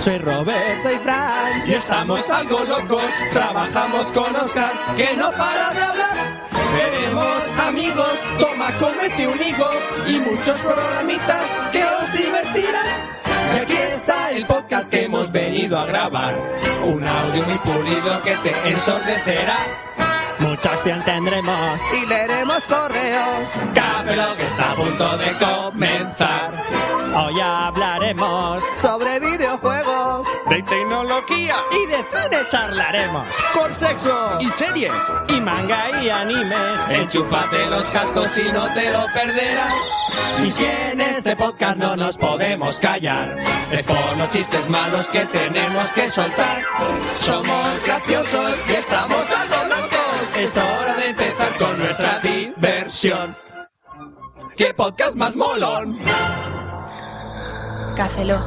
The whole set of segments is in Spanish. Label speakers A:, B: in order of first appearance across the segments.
A: Soy Robert,
B: soy Fran
C: y estamos algo locos. Trabajamos con Oscar, que no para de hablar. Seremos amigos, toma, comete un higo y muchos programitas que os divertirán. Y aquí está el podcast que hemos venido a grabar. Un audio muy pulido que te ensordecerá.
A: mucha acción tendremos.
B: y leeremos correos.
C: Café lo que está a punto de comenzar.
A: Hoy hablaremos
B: sobre videojuegos
D: de tecnología
A: y de cine charlaremos.
B: con sexo.
D: y series.
A: Y manga y anime.
C: Enchúfate los cascos y no te lo perderás. Y si en este podcast no nos podemos callar, es por los chistes malos que tenemos que soltar. Somos graciosos y estamos algo locos. Es hora de empezar con nuestra diversión. ¡Qué podcast más molón!
E: Café Lock.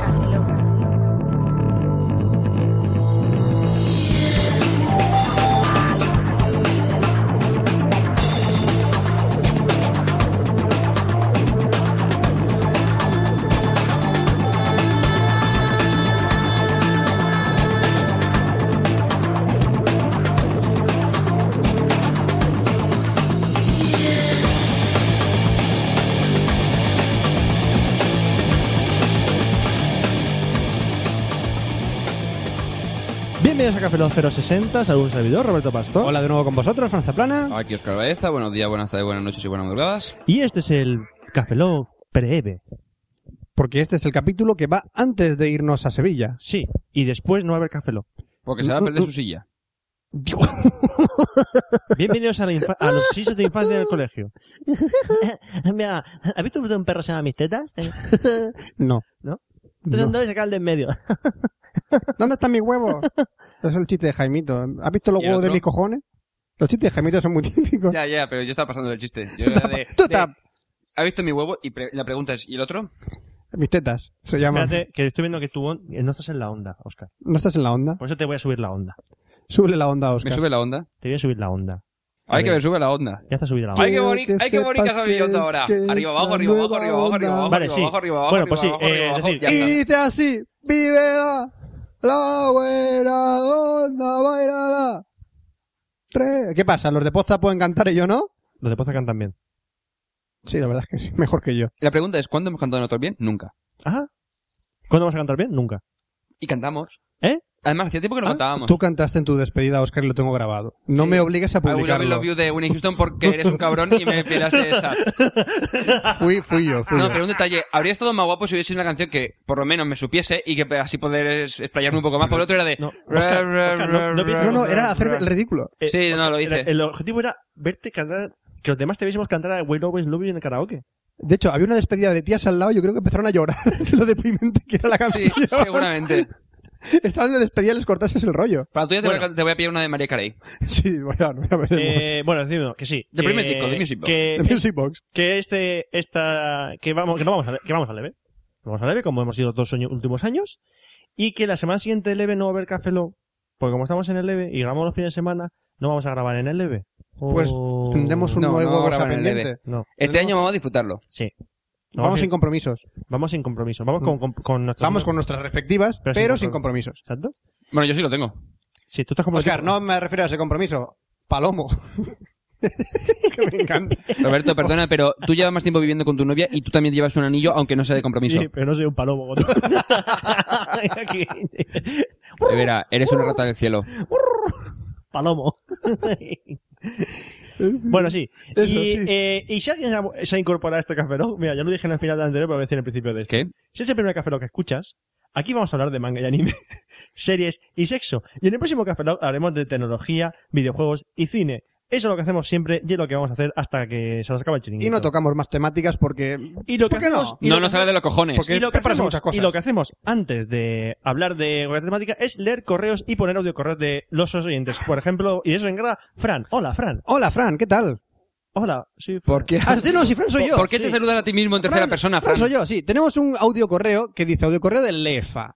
A: Bienvenidos a Café Lock 060, saludos un servidor, Roberto Pastor.
F: Hola de nuevo con vosotros, Franza Plana.
D: Aquí Oscar Baeza, buenos días, buenas tardes, buenas noches y buenas madrugadas.
A: Y este es el Café Lock Preve.
F: Porque este es el capítulo que va antes de irnos a Sevilla.
A: Sí, y después no va a haber Café Lock.
D: Porque se va a perder su silla.
A: Bienvenidos a, la infa- a los chisos de infancia del colegio. Mira, ¿has visto un perro que se llama mis tetas?
F: No.
A: ¿No?
F: No.
A: y sacar el de en medio.
F: ¿Dónde están mis huevos? es el chiste de Jaimito. ¿Has visto los
D: ¿Y el
F: huevos de
D: otro?
F: mis cojones? Los chistes de Jaimito son muy típicos.
D: Ya, ya, pero yo estaba pasando del chiste. Yo era de,
F: Tú
D: de-
F: tap.
D: ¿Ha visto mi huevo? Y pre- la pregunta es, ¿y el otro?
F: Mis tetas, se llama.
A: Espérate, que estoy viendo que tú on- no estás en la onda, Oscar.
F: ¿No estás en la onda?
A: Por eso te voy a subir la onda.
F: Sube la onda, Oscar.
D: ¿Me sube la onda?
A: Te voy a subir la onda. A
D: Hay que
A: ver.
D: ver, sube la onda.
A: Ya está subida la onda.
D: Ay, qué
F: Quiero
D: bonita,
F: que
D: ay, qué bonita
F: sepas
D: esa
F: que
D: bellota
F: es-
D: ahora.
F: que es
D: Arriba, abajo,
F: la
D: arriba, abajo,
F: nueva
D: arriba, abajo, arriba,
F: onda.
D: abajo,
A: Vale,
D: arriba,
A: sí.
D: abajo, arriba, abajo,
A: Bueno, pues
D: arriba,
A: sí, eh,
D: abajo, arriba, abajo.
A: decir-
D: Ya
F: Y
D: está.
F: dice así, vívela, la buena onda, bailala. Tres. ¿Qué pasa? ¿Los de Poza pueden cantar y yo no?
A: Los de Poza cantan bien.
F: Sí, la verdad es que sí, mejor que yo.
D: La pregunta es, ¿cuándo hemos cantado nosotros bien? Nunca.
A: ¿Ah? ¿Cuándo vas a cantar bien? Nunca.
D: Y cantamos.
A: ¿Eh?
D: Además, hacía tiempo que no
A: Ah,
D: cantábamos.
F: Tú cantaste en tu despedida, Oscar, y lo tengo grabado. No
D: Sí.
F: me obligues a
D: I will love
F: publicarlo.
D: you de Winnie Houston porque eres un cabrón y me pilaste esa.
F: Fui, fui yo, fui
D: Ah, No,
F: yo.
D: pero un detalle. Habría estado más guapo si hubiese sido una canción que por lo menos me supiese y que así poder es- explayarme un poco más. Por otro era de...
A: No, Oscar, Oscar, no- no pienses-
F: No, no, era hacer el ridículo.
A: Eh,
D: Sí, no, lo
A: era-
D: hice.
A: el objetivo era verte cantar, que los demás te viésemos cantar a Will Always Love You en el karaoke.
F: De hecho, había una despedida de tías al lado y yo creo que empezaron a llorar de lo deprimente que era la
D: Sí,
F: canción.
D: seguramente.
F: Estaban de despedida y les cortases el rollo.
D: Para tú ya te, voy a-
A: Bueno.
D: te voy a pillar una de María Carey.
F: Sí, bueno, ya veremos.
A: Eh, bueno, decimos que sí.
D: De
A: que-
D: primer disco, de Music Box.
A: Que,
F: The Music Box.
A: que este, esta, que vamos, que no vamos a, que vamos a leve. Vamos a leve, como hemos ido todos los años- últimos años. Y que la semana siguiente de leve no va a haber Café Lock, Porque como estamos en el leve y grabamos los fines de semana, no vamos a grabar en el leve.
F: Pues
A: Oh.
F: Tendremos un
D: No,
F: nuevo
D: no
F: cosa
D: graban el
F: pendiente.
D: debe.
A: No,
D: Este
F: Tenemos-
D: año vamos a disfrutarlo.
A: sí.
F: Vamos sin
A: sin,
F: compromisos.
A: vamos sin compromiso. Vamos con, con, con nuestros-
F: Vamos con nuestras respectivas, pero,
A: Pero sin
F: sin compromisos.
A: ¿Exacto?
D: Bueno, yo sí lo tengo.
A: Sí, tú estás como...
F: Oscar, no me refiero a ese compromiso. Palomo. que me encanta.
D: Roberto, perdona, pero tú llevas más tiempo viviendo con tu novia y tú también llevas un anillo, aunque no sea de compromiso.
A: Sí, pero no soy un palomo. como tú. Aquí.
D: De veras, eres una rata del cielo.
A: palomo. bueno, sí.
F: Eso,
A: y,
F: sí.
A: eh, y si alguien se ha- se ha incorporado a este café Lock, mira, ya lo dije en el final del anterior, pero voy a decir en el principio de este.
D: ¿Qué?
A: Si es el primer café Lock que escuchas, aquí vamos a hablar de manga y anime, series y sexo. Y en el próximo café Lock hablaremos de tecnología, videojuegos y cine. Eso es lo que hacemos siempre y es lo que vamos a hacer hasta que se nos acabe el chiringuito.
F: Y no tocamos más temáticas porque...
A: Y lo que
F: ¿Por qué no?
A: hacemos, y
D: No
A: lo que
D: nos sale de los cojones.
F: Porque-
A: y lo, que
F: preparas
A: hacemos,
F: muchas cosas.
A: y lo que hacemos antes de hablar de cualquier temática es leer correos y poner audio correos de los oyentes. Por ejemplo, y de eso encarga Fran. Hola, Fran.
F: Hola, Fran, ¿qué tal?
A: Hola, soy Fran.
D: ¿Por qué?
F: Ah, sí, no, sí, Fran soy yo.
D: ¿Por qué te
F: Sí.
D: saludas a ti mismo en tercera
F: Fran,
D: persona,
F: Fran
D: Fran?
F: soy yo, sí. Tenemos un audio correo que dice audio correo de Lefa.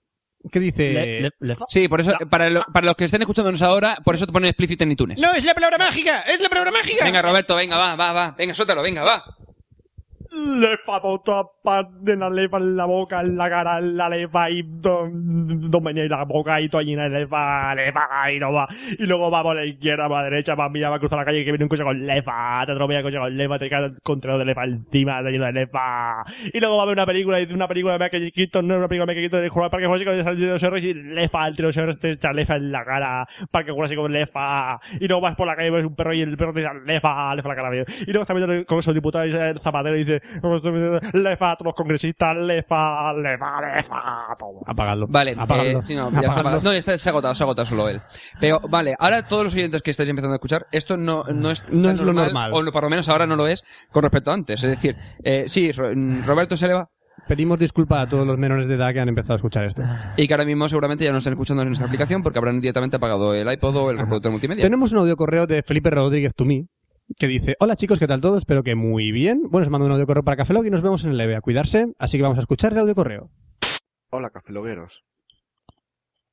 F: Que dice...
A: Le- le- le-
D: Sí, por eso, eh, para, lo- para los que estén escuchándonos ahora, por eso te ponen explícita en iTunes.
F: No, es la palabra mágica, es la palabra mágica.
D: Venga, Roberto, venga, va, va, va. Venga, suéltalo, venga, va.
A: Le fa puta parte una leva en la boca, en la cara, en la leva y do- domenía y la boca y toallina y leva, leva y no va. Y luego va por la izquierda, por la derecha, va a mirar, va a cruzar la calle que viene un coche con leva, te atropella el coche con leva, te cae el contenedor de leva encima, te lleno de leva. Y luego va a ver una película y dice una película de Michael Keaton, no es una película de Michael Keaton, de jugar al Parque Jurásico y salir de los errores y lefa, el tiranosaurio te echa lefa en la cara, Parque Jurásico con lefa. Y luego vas por la calle, ves un perro y el perro te dice lefa, lefa la cara. bien. Y luego también con esos diputados y el zapatero y dice lefa a todos los congresistas, lefa, lefa, lefa, todo.
F: Apagadlo.
D: Vale,
F: Apagadlo.
D: eh, sí, no, ya se ha apagado. No, ya está, se ha agotado, se ha agotado solo él. Pero, vale, ahora todos los oyentes que estáis empezando a escuchar, esto no, no es,
F: No
D: tan
F: es lo normal.
D: O lo- por lo menos ahora no lo es con respecto a antes. Es decir, eh, sí, Ro- mm, Roberto se eleva
F: Pedimos disculpas a todos los menores de edad que han empezado a escuchar esto.
D: y que ahora mismo seguramente ya no están escuchando en nuestra aplicación porque habrán directamente apagado el iPod o el reproductor multimedia.
F: Tenemos un audio correo de Felipe Rodríguez to me que dice, hola chicos, ¿qué tal todo? Espero que muy bien. Bueno, os mando un audio correo para Cafelog y nos vemos en el leve. A cuidarse, así que vamos a escuchar el audio correo.
E: Hola, cafelogueros.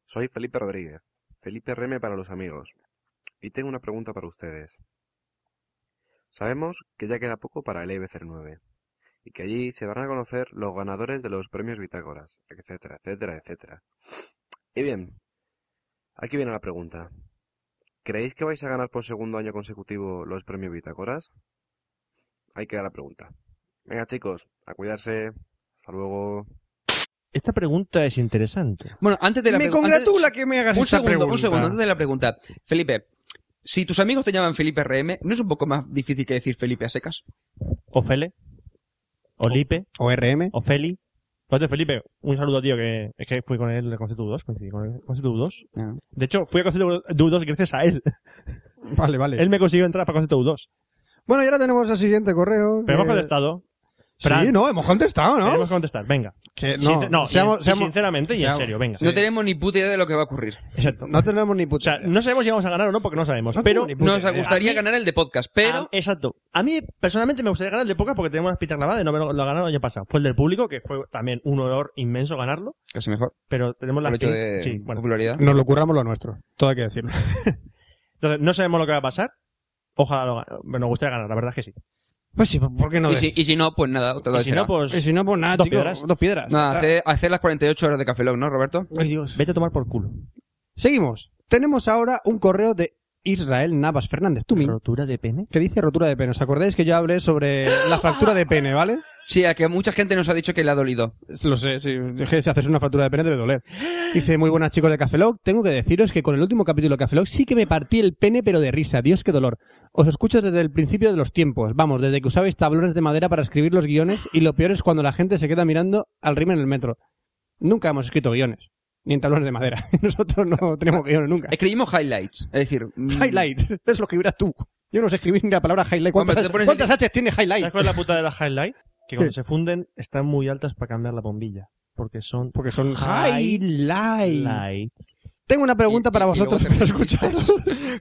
E: Soy Felipe Rodríguez, Felipe Reme para los amigos, y tengo una pregunta para ustedes. Sabemos que ya queda poco para el E EBC 9 y que allí se darán a conocer los ganadores de los premios Bitácoras, etcétera, etcétera, etcétera. Y bien, aquí viene la pregunta. ¿Creéis que vais a ganar por segundo año consecutivo los premios Bitácoras? Ahí queda la pregunta. Venga chicos, a cuidarse. Hasta luego.
A: Esta pregunta es interesante.
D: Bueno, antes de la
F: Me
D: pregu- antes-
F: congratula que me hagas
D: un
F: esta
D: segundo,
F: pregunta.
D: un segundo, antes de la pregunta. Felipe, si tus amigos te llaman Felipe RM, ¿no es un poco más difícil que decir Felipe a secas?
A: Ofele, Olipe,
F: O RM.
A: Ofeli. Oye, Felipe, un saludo, tío, que es que fui con él al Concetu 2, coincidí con él, Concetu 2.
D: Ah.
A: De hecho, fui a Concetu 2 gracias a él.
F: Vale, vale.
A: Él me consiguió entrar para Concetu 2.
F: Bueno, y ahora tenemos el siguiente correo.
A: Pero hemos
F: que-
A: contestado.
F: Sí,
A: Fran,
F: no, hemos contestado, Eh, ¿no?
A: Tenemos que contestar, venga.
F: Que no,
A: Sincer- no,
F: seamos-
A: y- y
F: seamos-
A: sinceramente y
F: seamos-
A: en serio, venga.
D: No tenemos ni puta idea de lo que va a ocurrir.
A: Exacto.
F: No tenemos ni
A: o sea,
F: puta. idea.
A: no sabemos si vamos a ganar o no porque no sabemos.
F: No
A: pero
F: tengo ni puta
D: Nos gustaría ganar el de podcast, pero...
A: Ah, exacto. A mí, personalmente, me gustaría ganar el de pocas porque tenemos las pitas grabadas y no me lo, lo ganaron el año pasado. Fue el del público, que fue también un honor inmenso ganarlo,
D: Casi mejor.
A: pero tenemos las
D: Por el hecho
A: pitas-
D: de
A: Sí, bueno.
D: popularidad.
F: Nos lo curramos lo nuestro. Todo hay que decirlo.
A: Entonces, no sabemos lo que va a pasar. Ojalá lo gane. Nos gustaría ganar, la verdad es que sí.
F: Pues sí, ¿por qué no?
D: y, si, y si no, pues nada. otra
A: Y
D: vez
A: si
D: será.
A: no, pues
F: Y si no, pues nada,
A: Dos
F: chicos,
A: piedras.
F: Dos piedras.
D: Nada,
F: Ah,
D: hacer, hacer las 48 horas de Café Lock, ¿no, Roberto?
F: Ay, Dios.
A: vete a tomar por culo.
F: Seguimos. Tenemos ahora un correo de Israel Navas Fernández Tumín
A: ¿Rotura de pene?
F: que dice rotura de pene. ¿Os acordáis que yo hablé sobre la fractura de pene, vale?
D: Sí, a que mucha gente nos ha dicho que le ha dolido.
F: Lo sé, sí. Dije, si haces una fractura de pene debe doler. Dice, muy buenas chicos de Cafelog. Tengo que deciros que con el último capítulo de Cafelog sí que me partí el pene, pero de risa. Dios, qué dolor. Os escucho desde el principio de los tiempos. Vamos, desde que usabais tablones de madera para escribir los guiones y lo peor es cuando la gente se queda mirando al rima en el metro. Nunca hemos escrito guiones. Ni en tablones de madera. Nosotros no tenemos guiones nunca.
D: Escribimos highlights. Es decir, mm,
F: Highlight. Es lo que vibras tú. Yo no sé escribir ni la palabra highlight.
D: Hombre,
F: ¿Cuántas,
D: te pones
F: cuántas H tiene
A: ¿Sabes
F: highlight?
A: cuál es la puta de las highlight? Que cuando
F: ¿Qué?
A: se funden están muy altas para cambiar la bombilla. Porque son
F: Porque son
A: Highlight.
F: highlight.
A: light.
F: Tengo una pregunta
D: Y-
F: para
D: y- y
F: vosotros
D: luego
F: que
D: te
F: lo escucháis.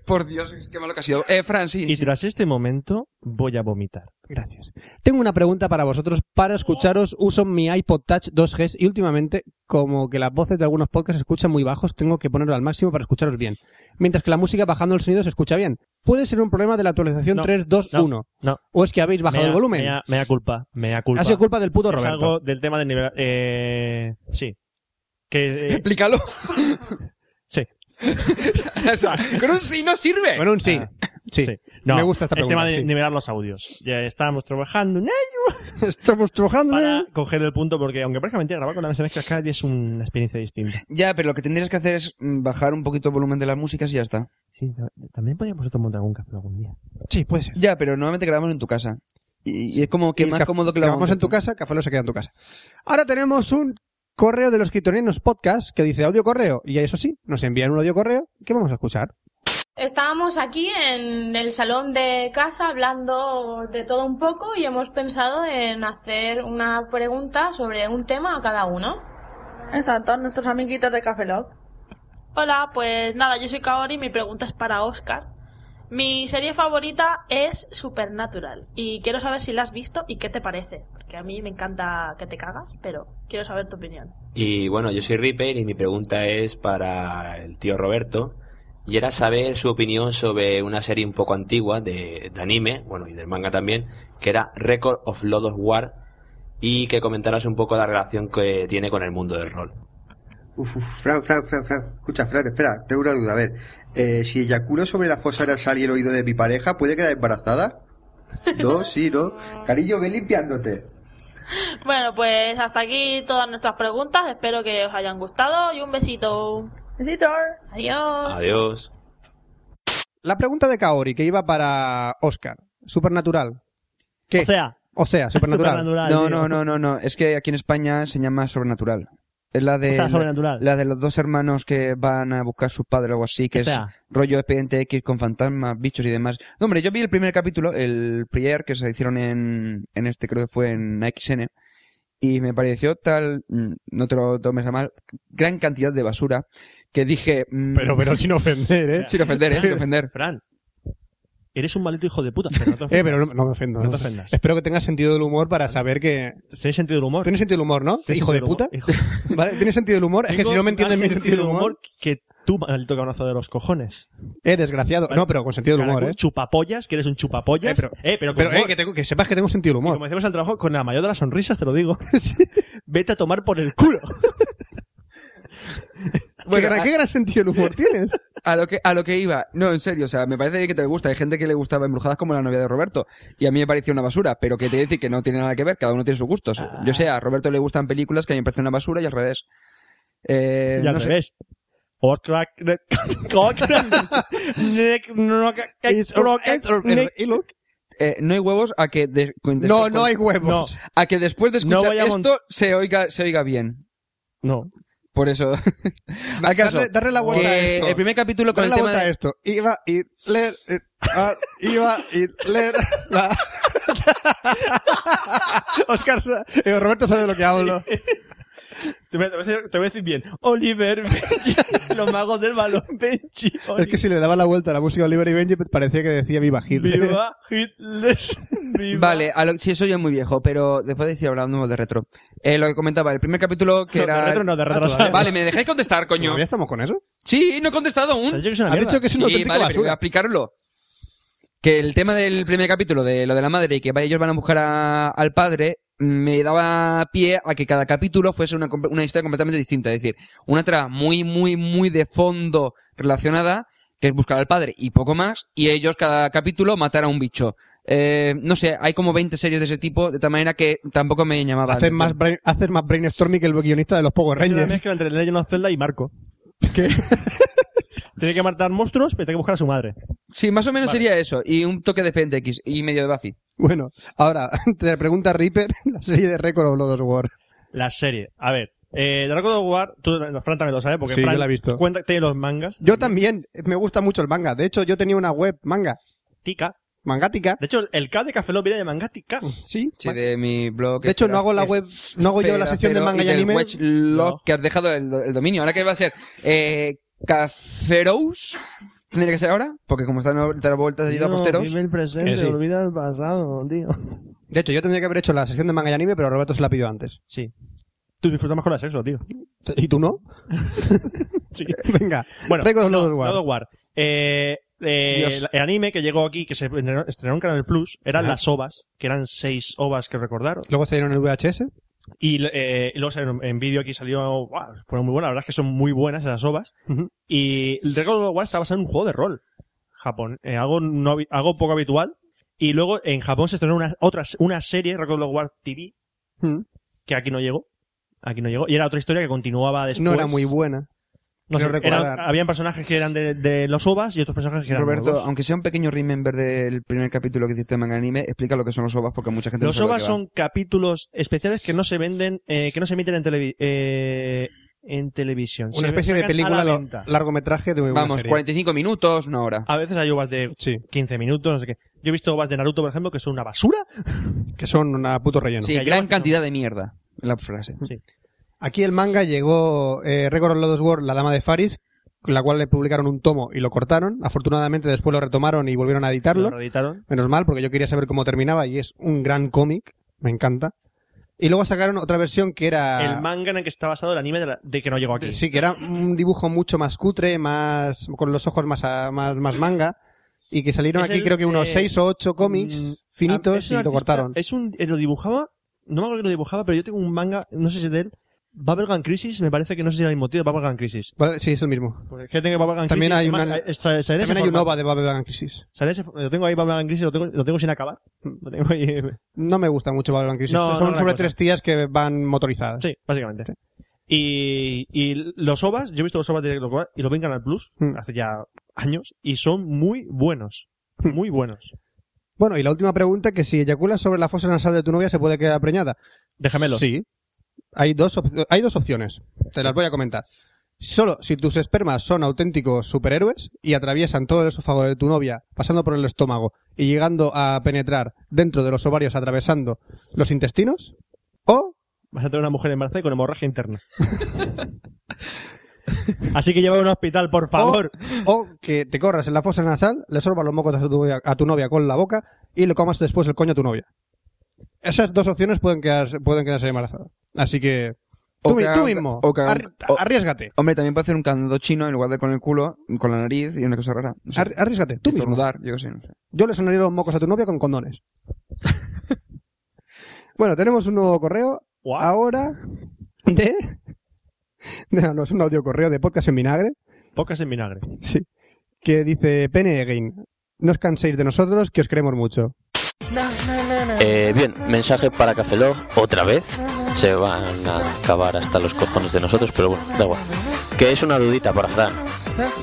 D: Por Dios, qué malo que ha sido. Eh, Fran, sí.
A: Y
D: sí.
A: tras este momento voy a vomitar.
F: Gracias. Tengo una pregunta para vosotros. Para escucharos, uso mi iPod Touch 2G y últimamente, como que las voces de algunos podcasts se escuchan muy bajos, tengo que ponerlo al máximo para escucharos bien. Mientras que la música bajando el sonido se escucha bien. Puede ser un problema de la actualización
A: No,
F: 3.2.1.
A: no.
F: O es que habéis bajado
A: Mea-
F: el volumen.
A: Mea, mea culpa, mea culpa.
F: Ha sido culpa del puto
A: es
F: Roberto.
A: algo del tema del nivel... Eh, sí. Que, eh,
D: Explícalo.
A: sí.
D: O sea, con un sí no sirve.
F: Bueno, un sí.
D: Ah.
F: sí.
A: sí. No,
F: Me gusta esta
A: El
F: pregunta,
A: tema de
F: sí.
A: nivelar los audios. Ya estábamos trabajando en ello
F: Estamos trabajando.
A: para coger el punto porque, aunque parezca mentira, grabar con la mesa mezcla cada día es una experiencia distinta.
D: Ya, pero lo que tendrías que hacer es mm, bajar un poquito el volumen de las músicas y ya está.
A: Sí, ta- también podríamos otro montar un café algún día.
F: Sí, puede ser.
D: Ya, pero normalmente grabamos en tu casa. Y, y es como que
F: Y
D: más
F: caf-
D: cómodo que lo
F: grabamos en tu casa, Café Lock se queda en tu casa. Ahora tenemos un correo de los Quitonianos Podcast que dice audio correo. Y eso sí, nos envían un audio correo que vamos a escuchar.
G: Estábamos aquí en el salón de casa hablando de todo un poco y hemos pensado en hacer una pregunta sobre un tema a cada uno.
H: Exacto, nuestros amiguitos de Café Lock.
G: Hola, pues nada, yo soy Kaori y mi pregunta es para Oscar. Mi serie favorita es Supernatural y quiero saber si la has visto y qué te parece, porque a mí me encanta que te cagas, pero quiero saber tu opinión.
I: Y bueno, yo soy Ripper y mi pregunta es para el tío Roberto. y era saber su opinión sobre una serie un poco antigua de, de anime, bueno, y del manga también, que era Record of Lord of War, y que comentaras un poco la relación que tiene con el mundo del rol.
J: Uf, uf, Fran, Fran, Fran, Fran. Escucha, Fran, espera, tengo una duda. A ver, eh, si eyaculo sobre la fosa nasal y el oído de mi pareja, ¿puede quedar embarazada? No, sí, no. Cariño, ve limpiándote.
G: Bueno, pues hasta aquí todas nuestras preguntas. Espero que os hayan gustado y un besito.
H: Visitor.
G: Adiós.
I: Adiós.
F: La pregunta de Kaori, que iba para Oscar. Supernatural. ¿Qué?
A: O sea,
F: O sea, supernatural.
A: Supernatural,
D: No,
A: tío.
D: no, no, no, no. Es que aquí en España se llama Sobrenatural. Es la de,
A: O
F: Eh,
A: sea, Sobrenatural.
D: la de los dos hermanos que van a buscar a su padre o algo así, que
A: O
D: es
A: sea.
D: rollo expediente X con fantasmas, bichos y demás. No, hombre, yo vi el primer capítulo, el prier que se hicieron en, en este, creo que fue en AXN, y me pareció tal, mm, no te lo tomes a mal, gran cantidad de basura, que dije... mm,
F: Pero, pero sin ofender, ¿eh?
D: Sin ofender, eh, sin ofender.
A: Fran, eres un maldito hijo de puta. Pero no te
F: Eh,
A: ofendas.
F: pero no, no me ofendo.
A: No te ofendas.
F: Espero que tengas sentido del humor para saber que...
A: Tienes sentido del humor.
F: Tienes sentido del humor, ¿no?
A: Tienes
F: Hijo de
A: sentido
F: puta.
A: del humor, hijo-
F: ¿Vale? ¿Tienes sentido del humor? Es que
A: Tengo
F: si no me entiendes mi
A: más
F: sentido del humor...
A: que tú, maldito cabrazo de los cojones.
F: Eh, desgraciado.
A: Vale.
F: No, pero con sentido del humor,
A: Caracol,
F: ¿eh?
A: Chupapollas, que eres un chupapollas.
F: Eh, pero-
A: pero, con
F: Pero, eh,
A: humor.
F: que, tengo- que sepas que tengo sentido
A: Y
F: del humor.
A: como decimos al trabajo, con la mayor de las sonrisas, te lo digo. Vete a tomar por el culo.
F: ¿Qué,
D: Bueno,
F: gran,
D: a-
F: qué
A: ah.
F: gran sentido del humor tienes?
D: A lo, que, a lo que iba, no, en serio, o sea, me parece bien que te gusta. Hay gente que le gustaba embrujadas como la novia de Roberto, y a mí me pareció una basura, pero que te voy a decir que no tiene nada que ver, cada uno tiene sus gustos. Yo sé, a Roberto le gustan películas que a mí me parecen una basura y al revés. Eh,
A: ya
D: no sé.
A: ves. Oscar, ne- Oscar- Nick- no,
F: It's okay.
A: Nick-
F: Y look.
D: Eh, no hay huevos a que, de- con-
F: No,
D: después-
F: no hay
A: No.
F: huevos.
D: a que después de
A: No
D: escuchar
A: voy a mont-
D: esto se oiga, se oiga bien.
A: No.
D: Por eso. al caso,
F: Darle, darle la vuelta a
D: que
F: esto.
D: el primer capítulo con
F: Dale
D: el
F: la
D: tema
F: vuelta a
D: de,
F: esto. Iba y leer. eh, ah, Iba y leer. la- Oscar, sa- eh, Roberto sabe de lo que hablo.
A: Te voy, a- te voy a decir, te voy a decir bien. Oliver, Benji, los magos del balón, Benji,
F: Es que si le daba la vuelta a la música de Oliver y Benji, pues, parecía que decía Viva Hitler.
A: Viva Hitler. Viva.
D: Vale, a lo, sí, eso ya es muy viejo, pero después de decir, hablando de retro. Eh, lo que comentaba, el primer capítulo que
A: No,
D: era... Ah,
A: de retro no, de retro.
F: todavía.
A: ¿sabes?
D: Vale, me dejáis contestar, coño.
F: ¿Todavía estamos con eso?
D: Sí, no he contestado
A: O sea,
D: aún.
A: yo que es una
F: Ha
A: mierda.
F: dicho que es un
D: sí,
F: auténtico
D: vale, pero voy a
F: basura.
D: explicarlo. Que el tema del primer capítulo, de lo de la madre y que ellos van a buscar a- al padre, me daba pie a que cada capítulo fuese una, comp- una historia completamente distinta. Es decir, una trama muy, muy, muy de fondo relacionada, que es buscar al padre y poco más, y ellos cada capítulo matar a un bicho. Eh, no sé, hay como 20 series de ese tipo, de tal manera que tampoco me llamaba.
F: Haces
D: la
F: más,
D: atención.
F: brain- haces más brainstorming que el guionista de los Power
A: Es una
F: Rangers.
A: mezcla entre Legend of Zelda y Marco. Tiene que matar monstruos, pero tiene que buscar a su madre.
D: Sí, más o menos sería eso, y un toque de Expediente X y medio de Buffy.
F: Bueno, ahora, te pregunta Reaper la serie de Record of Lodos War.
A: La serie. A ver. Eh, Dragon of War, tú, Fran también lo sabe, porque
F: Sí,
A: Fran
F: yo la he visto.
A: cuenta tiene los mangas.
F: Yo también, me gusta mucho el manga. De hecho, yo tenía una web manga,
A: Tica.
F: mangática.
A: De hecho, el K de Café Lock viene de mangática.
F: Sí,
D: Sí, de mi blog.
F: De hecho, no
D: etcétera. Este,
F: hago la
D: Es-
F: web, no hago yo la
D: Pero
F: sección de
D: cero
F: manga y
D: del
F: anime.
D: Watch Log
A: No.
D: que has dejado el, el dominio. Ahora que va a ser eh, Caferous. Tendría que ser ahora, porque como están dando vueltas de ido a posteros.
A: el presente,
F: Eh, sí.
A: olvida el pasado, tío.
F: De hecho, yo tendría que haber hecho la sección de manga y anime, pero Roberto se la pidió antes.
A: Sí. Tú disfrutas más con la sexo, tío.
F: ¿Y tú no?
A: Sí.
F: Venga,
A: Bueno,
F: Record of Lodos
A: God
F: War.
A: of War. Eh, eh,
D: Dios.
A: el- el anime que llegó aquí, que se estrenó, estrenó en Canal Plus, eran las ovas, que eran seis ovas que recordar.
F: Luego salieron en VHS.
A: Y, eh, y luego salieron en vídeo aquí salió, ¡guau! fueron muy buenas, la verdad es que son muy buenas esas ovas.
F: Ujú.
A: Y el Record of the Wild está basado en un juego de rol, Japón, eh, algo, no, habi- algo poco habitual. Y luego en Japón se estrenó una, otra, una serie, Record of the Wild TV,
F: Mm.
A: que aquí no llegó. Aquí no llegó. Y era otra historia que continuaba después.
F: No era muy buena.
A: No sé,
F: creo recordar.
A: eran- habían personajes que eran de, de los ovas y otros personajes que eran
D: Roberto,
A: nuevos.
D: aunque sea un pequeño remember del primer capítulo que hiciste de manga y anime, explica lo que son los OVAs porque mucha gente no
A: Los
D: sabe lo que
A: OVAs
D: va.
A: son capítulos especiales que no se venden, eh, que no se emiten en, televi- eh, en televisión.
F: Una
A: Se
F: especie de
A: sacan a la
F: película lo-
A: venta.
F: largometraje de una
D: Vamos,
F: serie.
D: 45 minutos, una hora.
A: A veces hay ovas de
F: Sí,
A: 15 minutos, no sé qué. Yo he visto ovas de Naruto, por ejemplo, que son una basura.
F: que son una puto relleno.
D: sí,
A: que
D: gran
A: yo-
D: cantidad de mierda. La frase.
F: Aquí el manga llegó eh, Record of Lodos War, La Dama de Faris, con la cual le publicaron un tomo y lo cortaron. Afortunadamente después lo retomaron y volvieron a editarlo.
A: Lo reeditaron.
F: Menos mal, porque yo quería saber cómo terminaba y es un gran cómic. Me encanta. Y luego sacaron otra versión que era...
A: El manga en el que está basado el anime de, la- de que no llegó aquí.
F: Ah. Sí, que era un dibujo mucho más cutre, más con los ojos más, a- más, más manga. Y que salieron
A: Es
F: aquí
A: el,
F: creo que unos
A: eh,
F: seis o ocho
A: Mm,
F: cómics
A: ah,
F: finitos
A: es
F: y
A: un
F: lo
A: artista-
F: cortaron.
A: Es un, eh, lo dibujaba, no me acuerdo que lo dibujaba, pero yo tengo un manga, no sé si es de él, Bubblegum Crisis, me parece que no sé si era el mismo tío, Bubblegum Crisis.
F: Vale, sí, es el mismo.
A: Porque es que tengo Bubblegum
F: También
A: Crisis,
F: hay
A: además,
F: una-
A: eh, sa- sale ese
F: También hay un
A: formato.
F: OVA de Babylon Crisis.
A: Sale ese- Lo tengo ahí, Bubblegum Crisis, lo tengo, lo tengo sin acabar.
F: Mm.
A: Lo tengo ahí.
F: No me gusta mucho Babylon Crisis.
A: No, no,
F: Son
A: gran
F: sobre
A: cosa.
F: tres tías que van motorizadas.
A: Sí, básicamente. Y, y los OVAs, yo he visto los OVAs de Clockwork y los vi en Canal Plus
F: Mm.
A: hace ya años y son muy buenos.
F: Mm.
A: Muy buenos.
F: Bueno, y la última pregunta, que si eyaculas sobre la fosa nasal de tu novia, ¿se puede quedar preñada?
A: Déjamelos.
F: Sí. Hay dos, op- hay dos opciones. Te las voy a comentar. Solo si tus espermas son auténticos superhéroes y atraviesan todo el esófago de tu novia, pasando por el estómago y llegando a penetrar dentro de los ovarios, atravesando los intestinos, o
A: Vas a tener una mujer embarazada y con hemorragia interna. Así que lleva a un hospital,
F: Oh.
A: por favor.
F: O que te corras en la fosa nasal, le sorbas los mocos a tu, novia, a tu novia con la boca y le comas después el coño a tu novia. Esas dos opciones pueden, quedarse, pueden quedarse embarazadas. Así que tú,
D: O
F: mi-
D: que
F: tú
D: haga-
F: mismo,
D: o que haga-
F: arri-
D: o-
F: arriesgate.
D: Hombre, también puede hacer un candado chino en lugar de con el culo, con la nariz y una cosa rara. No sé.
F: Ar- arriesgate, tú mismo.
D: Estornudar, yo qué sé, no sé.
F: Yo le sonaría los mocos a tu novia con condones. bueno, tenemos un nuevo correo
A: Guau.
F: ahora de... No, no, es un audio correo de podcast en vinagre.
A: Pocas en vinagre.
F: Sí. Que dice Pene Again. No os canséis de nosotros, que os queremos mucho.
C: Eh, bien, mensaje para Cafelog otra vez. Se van a acabar hasta los cojones de nosotros, pero bueno, da igual. Que es una dudita para Fran.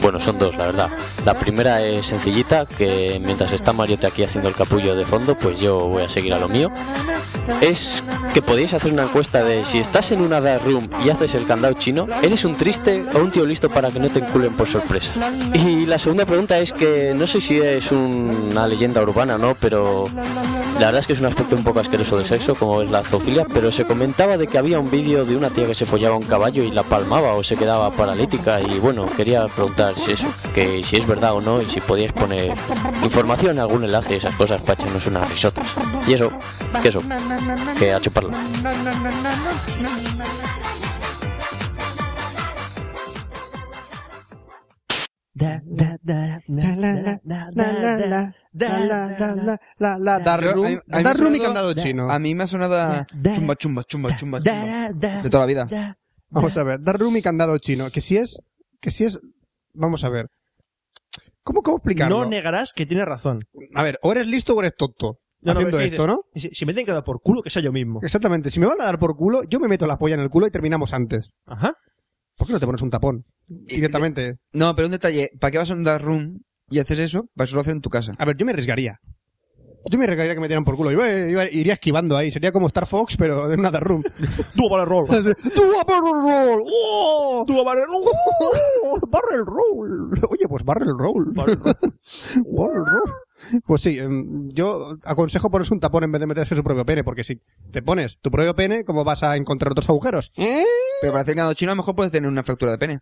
C: Bueno, son dos, la verdad. La primera es sencillita, que mientras está Mariote aquí haciendo el capullo de fondo, pues yo voy a seguir a lo mío. Es que podéis hacer una encuesta de si estás en una dark room y haces el candado chino, ¿eres un triste o un tío listo para que no te enculen por sorpresa? Y la segunda pregunta es que no sé si es una leyenda urbana o no, pero la verdad es que es un aspecto un poco asqueroso del sexo, como es la zoofilia, pero se comentaba de que había un vídeo de una tía que se follaba a un caballo y la palmaba o se quedaba paralítica y bueno, quería preguntar si eso, que si es verdad o no y si podíais poner información, algún enlace, esas cosas para echarnos unas risotas. Y eso, que eso, que a chuparla.
F: Dar
D: Yo- a mí- a mí me ha
F: room y
D: sonado-
F: candado chino.
D: A mí me ha sonado a chumba, chumba, chumba, chumba, chumba. De toda la vida.
F: Vamos a ver, dar room y candado chino. Que si es, que si es, vamos a ver. ¿Cómo, cómo explicarlo?
A: No negarás que tienes razón.
F: a ver, o eres listo o eres tonto
A: No, no,
F: haciendo
A: pero ¿qué
F: esto,
A: dices?
F: ¿no?
A: Si, si me tienen que dar por culo, que sea yo mismo.
F: Exactamente. Si me van a dar por culo, yo me meto la polla en el culo y terminamos antes.
A: Ajá.
F: ¿Por qué no te pones un tapón? Directamente.
D: No, pero un detalle. ¿Para qué vas a un dark room y haces eso? Para eso lo hacer en tu casa.
F: A ver, yo me arriesgaría. Yo me arriesgaría que me dieran por culo. Yo eh, iba- iría esquivando ahí. Sería como Star Fox, pero de una dar room.
A: Tú para el rol.
F: ¡Tú a barrel roll! ¡Oh!
A: Tú para el rol.
F: ¡Oh! ¡Barrel roll! Oye, pues barrel roll.
A: Barrel roll.
F: Barrel roll. Pues sí, em, yo aconsejo ponerse un tapón en vez de meterse su propio pene, porque si te pones tu propio pene, ¿cómo vas a encontrar otros agujeros? ¿Eh?
D: Pero para hacer candado chino a lo mejor puedes tener una fractura de pene.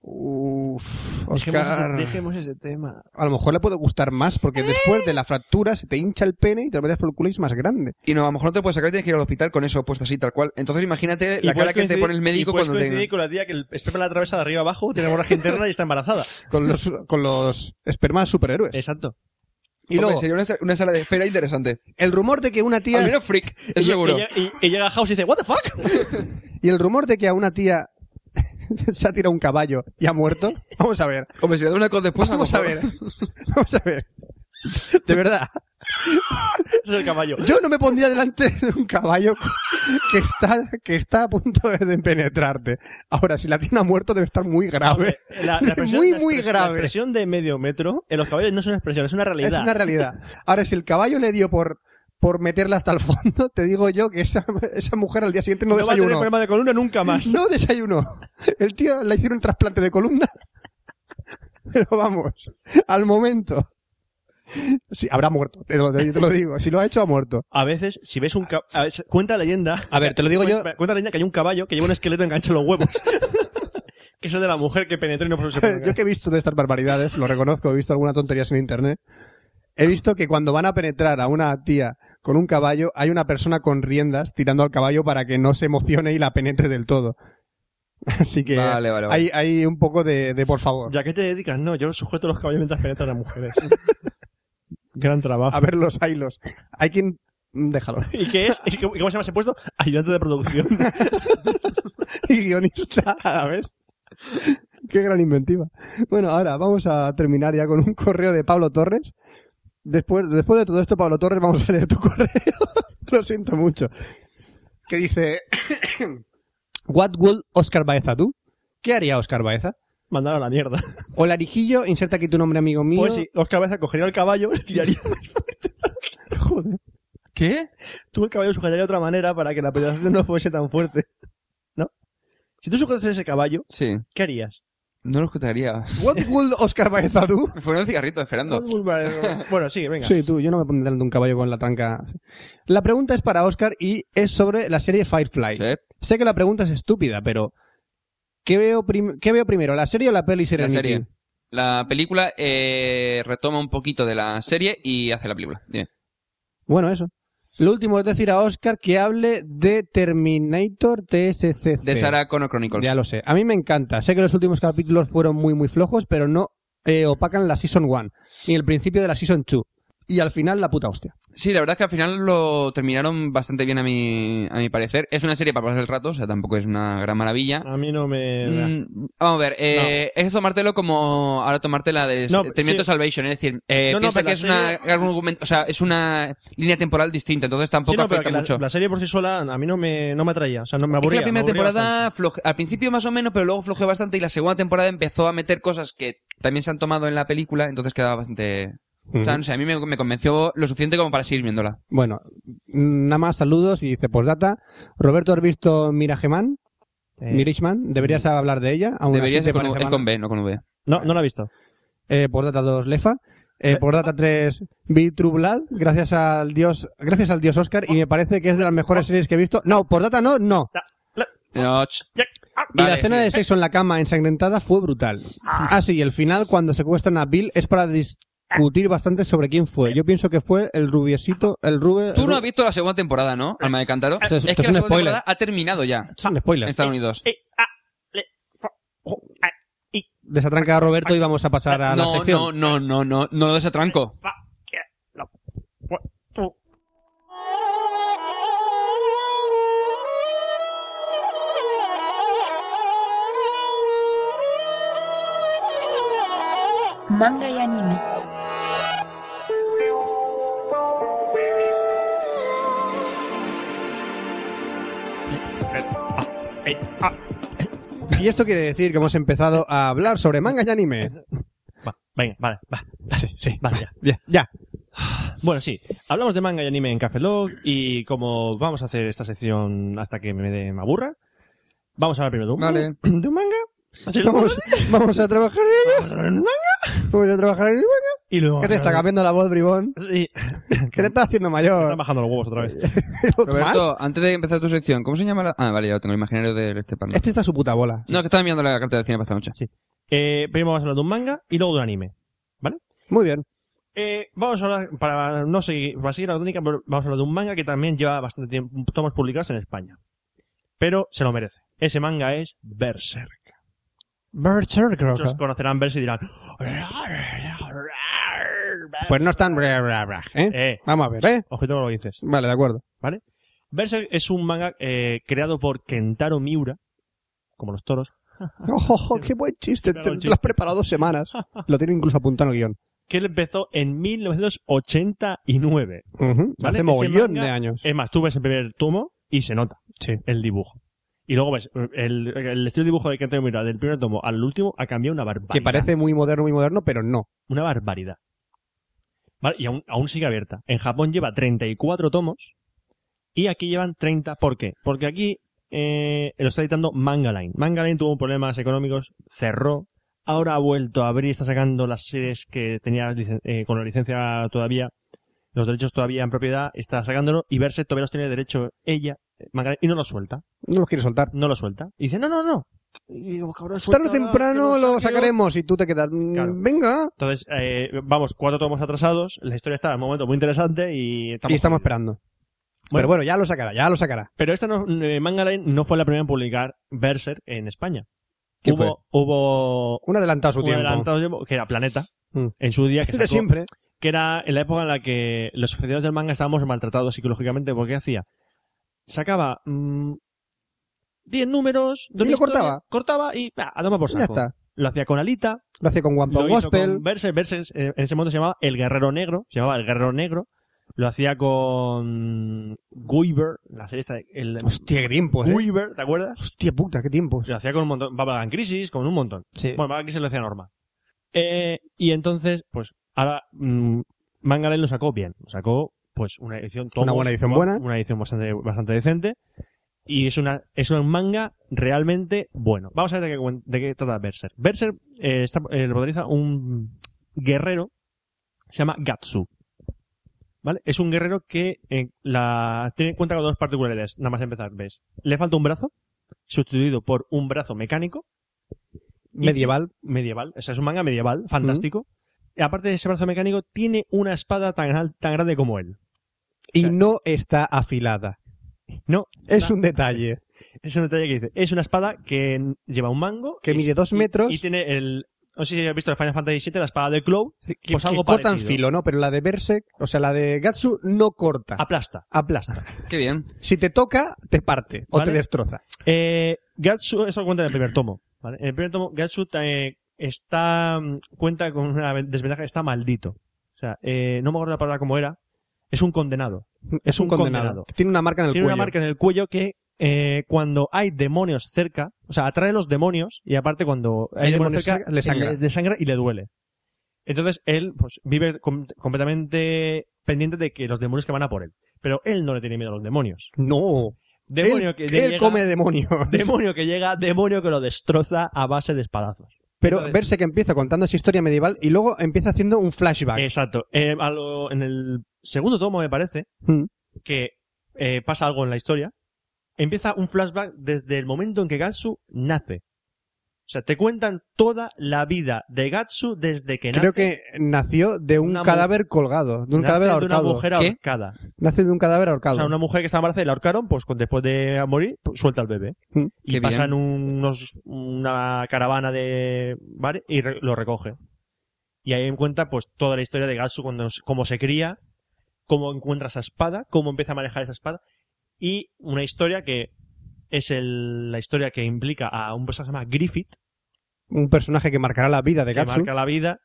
F: Uf,
A: Dejemos,
F: Oscar.
A: dejemos ese tema.
F: A lo mejor le puede gustar más, porque después de la fractura se te hincha el pene y te lo metes por el culo y es más grande.
D: Y no, a lo mejor no te puedes sacar y tienes que ir al hospital con eso puesto así, tal cual. Entonces imagínate la
A: Y
D: cara
A: puedes
D: que te
A: coincidir-
D: pone el médico
A: y puedes
D: cuando te...
A: coincidir con la tía que el esperma la atravesa de arriba abajo, tiene hemorragia interna y está embarazada.
F: Con los, con los espermas superhéroes.
A: Exacto.
F: y
D: Hombre,
F: luego,
D: sería una, sa- una sala de espera interesante.
F: el rumor de que una tía...
D: Al menos freak, eso
A: y,
D: seguro.
A: Y, y- y llega House y dice, ¿What the fuck?
F: Y el rumor de que a una tía se ha tirado un caballo y ha muerto. Vamos a ver.
D: Hombre, si le da una cosa después,
F: Vamos a
D: lo
F: ver.
D: mejor-
F: Vamos a ver. De verdad.
A: Ese es el caballo.
F: Yo no me pondría delante de un caballo que está, que está a punto de penetrarte. Ahora, si la tía no ha muerto, debe estar muy grave.
A: La- la expresión-
F: muy,
A: la
F: muy
A: expresión- La
F: grave. Es
A: expresión de medio metro en los caballos no es una expresión, es una realidad.
F: una realidad. Ahora, si el caballo le dio por, por meterla hasta el fondo, te digo yo que esa, esa mujer al día siguiente no
A: no va a tener
F: desayunó.
A: problema de columna nunca más.
F: No desayunó. El tío le hicieron un trasplante de columna. Pero vamos, al momento. Sí, habrá muerto, te lo, te lo digo. Si lo ha hecho, ha muerto.
A: A veces, si ves un caballo... Cuenta la leyenda...
F: A ver, te lo digo yo.
A: Cuenta cuenta la leyenda que hay un caballo que lleva un esqueleto enganchado en los huevos. que es el de la mujer que penetró y no puso
F: Yo que he visto de estas barbaridades, lo reconozco, he visto alguna tonterías en internet. He visto que cuando van a penetrar a una tía con un caballo, hay una persona con riendas tirando al caballo para que no se emocione y la penetre del todo. Así que
D: Vale, vale, vale.
F: Hay, hay un poco de, de por favor.
A: ¿Ya que te dedicas? No, yo sujeto los caballos mientras penetran a las mujeres. Gran trabajo.
F: A ver los hilos. Hay quien... mm, Déjalo.
A: ¿Y qué es? ¿Y cómo, cómo se llama ese puesto? Ayudante de producción.
F: y guionista a la vez. Qué gran inventiva. Bueno, ahora vamos a terminar ya con un correo de Pablo Torres. Después, después de todo esto, Pablo Torres, vamos a leer tu correo. Lo siento mucho. Que dice... What would Oscar Baeza do? ¿Qué haría Oscar Baeza?
A: Mandado a la mierda.
F: O Larijillo, inserta aquí tu nombre, amigo mío.
A: Pues sí, dos cabezas cogería el caballo, le tiraría más fuerte. Joder.
D: ¿Qué?
A: Tú el caballo lo sujetaría de otra manera para que la penetración no fuese tan fuerte. ¿No? Si tú sujetas ese caballo,
D: Sí.
A: ¿qué harías?
D: No lo escucharía.
F: What would Oscar Baeza do?
D: Me fueron un cigarrito esperando.
A: Bueno, sí, venga.
F: Sí, tú, yo no me pondré delante de un caballo con la tranca. La pregunta es para Oscar y es sobre la serie Firefly.
D: Sí.
F: Sé que la pregunta es estúpida, pero ¿qué veo, prim- qué veo primero, la serie o la peli
D: La
F: Serenity?
D: serie. La película eh, retoma un poquito de la serie y hace la película. Dime.
F: Bueno, eso. Lo último es decir a Oscar que hable de Terminator TSCC.
D: De Sarah Connor Chronicles.
F: Ya lo sé. A mí me encanta. Sé que los últimos capítulos fueron muy, muy flojos, pero no eh, opacan la Season 1 ni el principio de la Season 2. Y al final, la puta hostia.
D: Sí, la verdad es que al final lo terminaron bastante bien a mi, a mi parecer. Es una serie para pasar el rato, o sea, tampoco es una gran maravilla.
A: A mí no me...
D: Mm, vamos a ver, eh, es tomártelo como ahora tomarte la de
A: No, sí.
D: Terminator Salvation, es decir, eh,
A: No, no,
D: piensa
A: pero
D: que
A: la
D: es una, algún argumento- o sea, es una línea temporal distinta, entonces tampoco
A: Sí, no, pero
D: afecta
A: que la,
D: mucho.
A: la serie por sí sola a mí no me, no me atraía, o sea, no me
D: Es que
A: aburría.
D: la primera
A: me aburría
D: temporada floje- al principio más o menos, pero luego flojeó bastante y la segunda temporada empezó a meter cosas que también se han tomado en la película, entonces quedaba bastante... O sea, no sé, a mí me, me convenció lo suficiente como para seguir viéndola.
F: Bueno, nada más saludos y dice postdata. Roberto, ¿has visto Mirageman?
A: bastante. Eh,
F: Mirishman, deberías hablar de ella. Aún
D: Debería
F: así te
D: ser con,
F: parece
D: es
F: mala. Ah.
D: con B, no con V.
A: no, no la he visto.
F: Eh, por data 2, Lefa. Eh, por data 3, vi True Blood, gracias al dios, gracias al dios Oscar, y me parece que es de las mejores series que he visto. No, por data no, no.
D: No, ch-
A: Ya- ah,
F: y la
D: Vale,
F: escena
D: sí.
F: de sexo en la cama ensangrentada fue brutal. Ah, sí, y el final, cuando secuestran a Bill, es para discutir bastante sobre quién fue. Yo pienso que fue el rubiecito, el rube...
D: Tú no
F: ru-
D: has visto la segunda temporada, ¿no? Alma de Cántaro.
F: Esto es-
D: es
F: esto
D: que
F: es
D: la
F: un
D: segunda
F: spoiler.
D: temporada ha terminado ya
F: Es un spoiler.
D: en Estados Unidos.
A: eh, ah, le- jo- ah,
F: Desatranca a Roberto y vamos a pasar a la
D: no,
F: sección.
D: no, no, no, no, no lo desatranco.
A: va, que- no, pu- pu-
K: Manga y anime.
A: eh, ah,
F: Y esto quiere decir que hemos empezado a hablar sobre manga y anime.
A: va, venga, vale, va.
F: Sí, sí,
A: Vale,
F: va, ya, ya.
A: Bueno, sí, hablamos de manga y anime en Café Lock y como vamos a hacer esta sección hasta que me, dé- me aburra, vamos a hablar primero de un,
D: Vale.
A: de un manga. Así lo-
F: Vamos, vamos a trabajar en
A: vamos
F: ello.
A: a hablar de un manga
F: Vamos a trabajar en ello.
A: y luego...
F: ¿Qué te está cambiando la voz, bribón?
A: Sí,
F: ¿Qué te está haciendo
A: están
F: mayor?
A: bajando los huevos otra vez.
F: ¿Otro más?
D: Roberto, antes de empezar tu sección, ¿cómo se llama la...? Ah, vale, ya lo tengo, el imaginario de este par.
F: Este está a su puta bola.
D: No, que estaba mirando la carta de cine para esta noche.
A: Eh, primero vamos a hablar de un manga y luego de un anime.
F: Muy bien.
A: Eh, vamos a hablar, para no seguir, para seguir la tónica, pero vamos a hablar de un manga que también lleva bastante tiempo, tomos publicados en España. Pero se lo merece. Ese manga es Berserk.
F: Berserk, creo
A: Muchos
F: que.
A: conocerán Berserk y dirán...
F: Pues no están... ¿eh?
A: Eh,
F: Vamos a ver, ¿eh?
A: ojito con lo que dices.
F: Vale, de acuerdo.
A: Berserk es un manga eh, creado por Kentaro Miura, como los toros,
F: ¡Ojo, qué buen chiste!
A: Claro,
F: Te-
A: un
F: Te lo has preparado dos semanas. Lo tiene incluso apuntado en el guión.
A: que él empezó en 1989.
F: Ujú.
A: Vale,
F: Hace
A: ese
F: mogollón
A: manga-
F: de años.
A: Es más, tú ves el primer tomo y se nota el dibujo. Y luego ves, el, el estilo de dibujo de Kentaro Miura del primer tomo al último ha cambiado una barbaridad.
F: Que parece muy moderno, muy moderno, pero no.
A: Una barbaridad. ¿Vale? Y aún, aún sigue abierta. En Japón lleva 34 tomos y aquí llevan 30. ¿Por qué? Porque aquí eh, lo está editando Manga Line. Manga Line tuvo problemas económicos, cerró. Ahora ha vuelto a abrir, está sacando las series que tenía licen- eh, con la licencia todavía, los derechos todavía en propiedad, está sacándolo y Verse todavía los tiene derecho ella, eh, Manga Line, y no lo suelta
F: No los quiere soltar.
A: no lo suelta. Y dice, no, no, no, Y digo, cabrón,
F: Tarde o
A: suéltala, que
F: temprano lo
A: saque,
F: sacaremos y tú te quedas. mm,
A: Claro.
F: Venga.
A: Entonces, eh, vamos, cuatro tomos atrasados. La historia está en un momento muy interesante y estamos.
F: y estamos
A: jodidos.
F: esperando.
A: Bueno.
F: Pero bueno, ya lo sacará, ya lo sacará.
A: Pero esta no, eh, Manga Line no fue la primera en publicar Berserk en España.
D: ¿Qué
A: hubo,
D: fue?
A: Hubo
F: Un adelantado a su
A: un
F: tiempo.
A: adelantado tiempo que era Planeta.
F: Mm.
A: En su día, que,
F: El de
A: sacó-
F: siempre.
A: que era en la época en la que los aficionados del manga estábamos maltratados psicológicamente porque hacía. Sacaba mm, 10 números, dos
F: Y lo
A: historias,
F: cortaba.
A: cortaba y ah, a tomar por saco.
F: Ya está.
A: Lo hacía con Alita,
F: Lo hace con One
A: lo
F: Pound
A: hizo
F: Gospel.
A: con Berserk, Berserk, eh, en ese momento se llamaba El Guerrero Negro, se llamaba El Guerrero Negro, lo hacía con Guiver, la serie esta, de- el
F: Hostia, qué tiempo, eh.
A: Guiver, ¿te acuerdas?
F: Hostia puta, qué tiempos.
A: Lo hacía con un montón, Babagan Crisis, con un montón.
F: Sí.
A: Bueno, Babagan Crisis lo hacía Norma. Eh, y entonces, pues, ahora mm, Manga Line lo sacó bien, lo sacó pues una edición tomos,
F: Una buena edición
A: una-
F: buena.
A: una edición bastante, bastante decente y es una es un manga realmente bueno vamos a ver de qué, cuen- de qué trata Berserk Berserk eh, está, eh, lo protagoniza un guerrero se llama Gatsu ¿Vale? Es un guerrero que eh, la, tiene cuenta con dos particularidades. Nada más empezar, ves. Le falta un brazo, sustituido por un brazo mecánico. y-
F: Medieval.
A: medieval. O sea, es un manga medieval, fantástico. Y aparte de ese brazo mecánico, tiene una espada tan, al- tan grande como él.
F: Y no está afilada.
A: No,
F: Es
A: está-
F: un detalle.
A: Es un detalle que dice. Es una espada que lleva un mango.
F: Que
A: es-
F: mide dos
A: y-
F: metros.
A: Y, tiene el. No sé si habéis visto el Final Fantasy VII, la espada de Cloud. pues
F: que
A: algo
F: cortan
A: parecido.
F: filo, ¿no? Pero la de Berserk, o sea, la de Gatsu no corta.
A: Aplasta.
F: Aplasta.
D: Qué bien.
F: Si te toca, te parte o
A: Vale.
F: te destroza.
A: Eh, Gatsu, eso lo cuenta en el primer tomo. ¿vale? En el primer tomo, Gatsu eh, está, mm, cuenta con una desventaja, está maldito. O sea, eh, no me acuerdo la palabra cómo era. Es un condenado. Es un condenado.
F: Tiene una marca en el
A: Tiene
F: cuello.
A: una marca en el cuello que eh, cuando hay demonios cerca, o sea, atrae los demonios y aparte cuando hay,
F: Hay
A: demonios
F: demonios
A: cerca,
F: cerca, le sangra.
A: le desangra y le duele. Entonces él pues, vive com- completamente pendiente de que los demonios que van a por él. Pero él no le tiene miedo a los demonios.
F: No.
A: Demonio
F: él
A: que
F: él
A: llega-
F: come demonios.
A: Demonio que llega, demonio que lo destroza a base de espadazos.
F: Pero
A: Entonces-
F: verse que empieza contando esa historia medieval y luego empieza haciendo un flashback.
A: Exacto. Eh, a lo- en el segundo tomo, me parece,
F: Mm.
A: que eh, pasa algo en la historia. Empieza un flashback desde el momento en que Gatsu nace. O sea, te cuentan toda la vida de Gatsu desde que
F: Creo
A: nace.
F: que nació de un
A: Una mu-
F: cadáver colgado, de un
A: nace
F: cadáver
A: de una
F: ahorcado.
A: mujer
D: ¿Qué?
A: ahorcada.
F: Nace de un cadáver
A: O
F: ahorcado.
A: sea, una mujer que estaba embarazada y la ahorcaron, pues con- después de morir, pues, suelta al bebé.
F: Mm.
A: Y
D: Qué
A: pasan unos, una caravana de bares y re- lo recoge. Y ahí en cuenta pues toda la historia de Gatsu, cuando, se- cómo se cría, cómo encuentra esa espada, cómo empieza a manejar esa espada. Y una historia que es el- la historia que implica a un personaje que se llama Griffith,
F: Un personaje que marcará la vida de
A: que
F: Gatsu.
A: marca la vida.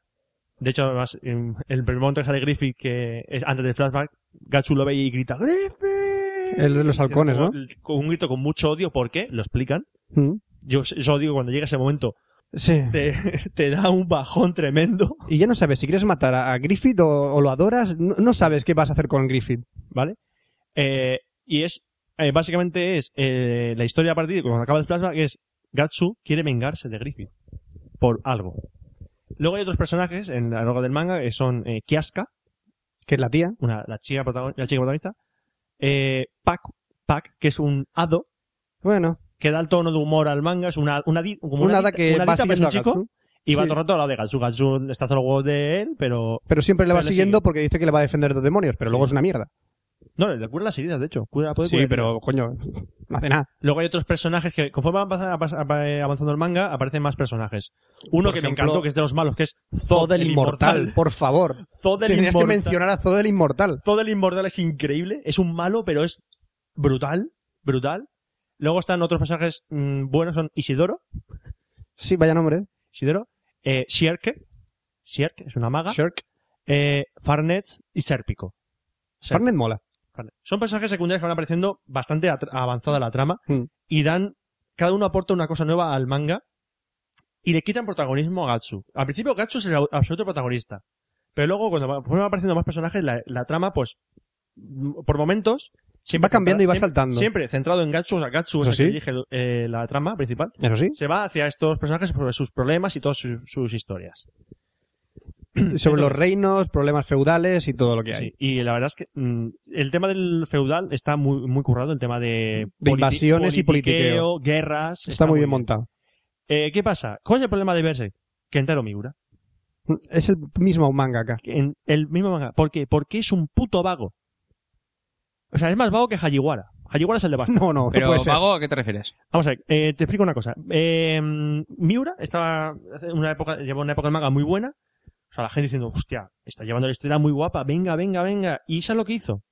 A: De hecho, además, en el primer momento que sale Griffith, que es antes del flashback, Gatsu lo ve y grita ¡Griffith!
F: El de los halcones, ¿no?
A: Con un grito con mucho odio, ¿por qué? Lo explican.
F: Mm.
A: Yo solo digo, cuando llega ese momento,
F: Sí.
A: te, te da un bajón tremendo,
F: Y ya no sabes si quieres matar a a Griffith o, o lo adoras, no, no sabes qué vas a hacer con Griffith.
A: ¿vale? Eh, y es, eh, básicamente es, eh, la historia a partir de cuando acaba el flashback es, Gatsu quiere vengarse de Griffith por algo. Luego hay otros personajes en la largo del manga que son eh, Kiaska,
F: Que es la tía.
A: una, la, chica protagon- la chica protagonista, eh, Pac, Pac, que es un hado,
F: Bueno,
A: que da el tono de humor al manga, es una, una, di- como
F: una hada
A: adicta-
F: que
A: una
F: va
A: adicta, pero es un
F: siguiendo a
A: chico,
F: Gatsu.
A: y va
F: Sí.
A: todo el rato a la de Gatsu. Gatsu está solo huevos de él, pero...
F: Pero siempre le va
A: Pero le
F: siguiendo
A: sigue.
F: porque dice que le va a defender de los demonios, pero luego es una mierda.
A: No, le cura las heridas, de hecho. Cura, puede
F: Sí,
A: curar
F: pero
A: heridas.
F: coño, no hace nada.
A: Luego hay otros personajes que, conforme van pas- pas- va- avanzando el manga, aparecen más personajes. Uno
F: Por
A: que me
F: ejemplo,
A: encantó, que es de los malos, que es
F: Zod el Inmortal, por favor.
A: Zod el
F: Tenías que
A: Inmortal.
F: mencionar a Zod el Inmortal.
A: Zod el Inmortal es increíble. Es un malo, pero es brutal. Brutal. Luego están otros personajes mm, buenos, son Isidoro.
F: Sí, vaya nombre.
A: Isidoro. Eh, Sierke. Sierke es una maga.
F: Shirk.
A: Eh, Farnet y Serpico. Serpico.
F: Farnet mola.
A: Vale. Son personajes secundarios que van apareciendo bastante atr- avanzada la trama
F: Mm.
A: y dan. Cada uno aporta una cosa nueva al manga y le quitan protagonismo a Gatsu. Al principio, Gatsu es el au- absoluto protagonista. Pero luego, cuando va- van apareciendo más personajes, la, la trama, pues. m- Por momentos. Siempre
F: Va cambiando y va
A: siempre-
F: saltando.
A: Siempre centrado en Gatsu, o sea, Gatsu es
F: ¿Ah,
A: el que
F: sí?
A: dirige el- eh, la trama principal.
F: Eso sí.
A: Se va hacia estos personajes sobre sus problemas y todas sus- sus historias.
F: Sobre los
A: Entonces-
F: reinos, problemas feudales y todo lo que hay.
A: Sí, y la verdad es que mm, el tema del feudal está muy, muy currado, el tema de,
F: De
A: politi-
F: invasiones y politiqueo.
A: guerras.
F: Está, muy bien montado.
A: Eh, ¿Qué pasa? ¿Cuál es el problema de Berserk? Kentaro Miura.
F: Es el mismo manga acá.
A: Que en el mismo manga. ¿Por qué? Porque es un puto vago. O sea, es más vago que Hajiwara. Hajiwara es el de Basta.
F: No, no, no
D: Pero,
F: puede ser.
D: Pago, ¿a qué te refieres?
A: Vamos a ver, eh, te explico una cosa. Eh, Miura estaba hace una época, llevó una época del manga muy buena. O sea, la gente diciendo, hostia, está llevando la historia muy guapa, venga, venga, venga. Y ¿sabes lo que hizo?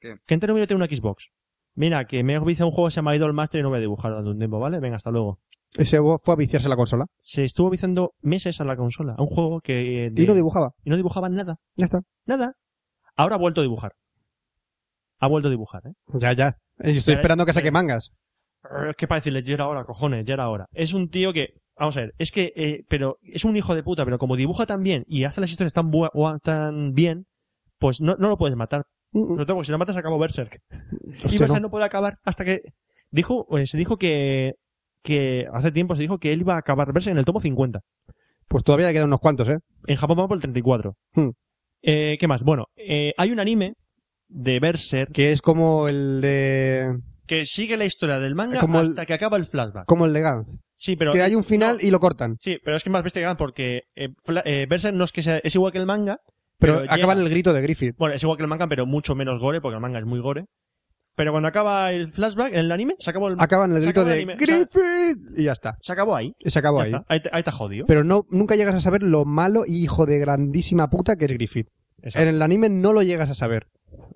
D: ¿Qué?
A: Que entero Miura tiene una Xbox. Mira, que me he visto un juego que se llama Idol Master y no voy a dibujar durante un tiempo, ¿vale? Venga, hasta luego.
F: Ese bo- fue a viciarse la consola.
A: Se estuvo viciando meses a la consola, a un juego que... eh, de-
F: Y no dibujaba.
A: y no dibujaba nada,
F: Ya está.
A: nada. Ahora ha vuelto a dibujar. Ha vuelto a dibujar, ¿eh?
F: Ya, ya. Eh, Yo estoy
A: Ya,
F: esperando que saque
A: eh.
F: mangas.
A: Es que para decirle, ya era hora, cojones, ya era hora. Es un tío que, vamos a ver, es que, eh, pero, es un hijo de puta, pero como dibuja tan bien y hace las historias tan, bua- gua- tan bien, pues no, no lo puedes matar.
F: Mm, mm.
A: Sobre todo porque si lo matas acabó Berserk. y
F: Hostia,
A: Berserk
F: no.
A: no. puede acabar hasta que, dijo, eh, se dijo que, que hace tiempo se dijo que él iba a acabar Berserk en el tomo 50.
F: Pues todavía quedan unos cuantos, ¿eh?
A: En Japón vamos por el 34.
F: Hmm.
A: Eh, ¿Qué más? Bueno, eh, hay un anime de Berserk
F: Que es como el de.
A: que sigue la historia del manga
F: Es como el-
A: hasta que acaba el flashback.
F: Como el de Gantz.
A: Sí, pero
F: que hay un final
A: no.
F: y lo cortan.
A: sí, pero es que es más bestia que nada porque eh, fla- eh, Berserk no es que sea es igual que el manga,
F: Pero,
A: Pero
F: acaban
A: llega.
F: el grito de Griffith.
A: bueno, es igual que el manga pero mucho menos gore porque el manga es muy gore. Pero cuando acaba el flashback en el anime se acabó el
F: Acaban el
A: se
F: grito
A: acabó el
F: de
A: anime, o sea,
F: Griffith. Y ya está.
A: se acabó ahí.
F: Y se acabó
A: Ya
F: ahí.
A: está, ahí te, ahí te has jodido.
F: Pero no, nunca llegas a saber lo malo y hijo de grandísima puta que es Griffith.
A: Exacto.
F: En el anime no lo llegas a saber.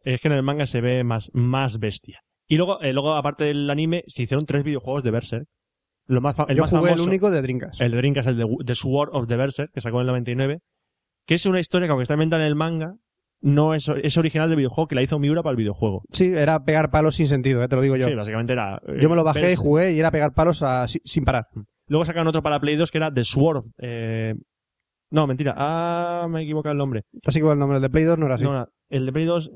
A: Es que en el manga se ve más, más bestia. Y luego, eh, luego aparte del anime se hicieron tres videojuegos de Berserk. Lo más fa- el
F: Yo
A: más
F: jugué el
A: famoso- Eh.
F: único de Drinkas.
A: El de Dreamcast, el de The Sword of the Berserk, que sacó en el 99, que es una historia que aunque está inventada en el manga, no es, es original del videojuego, que la hizo Miura para el videojuego.
F: Sí, era pegar palos sin sentido, eh, te lo digo yo.
A: Sí, básicamente era... eh,
F: yo me lo bajé,
A: Berserk.
F: jugué y era pegar palos a- si- sin parar.
A: Luego sacaron otro para Play 2 que era The Sword of... eh, No, mentira. Ah, me he equivocado el nombre.
F: Así que el nombre del de Play 2 no era así.
A: No, no, el de Play 2,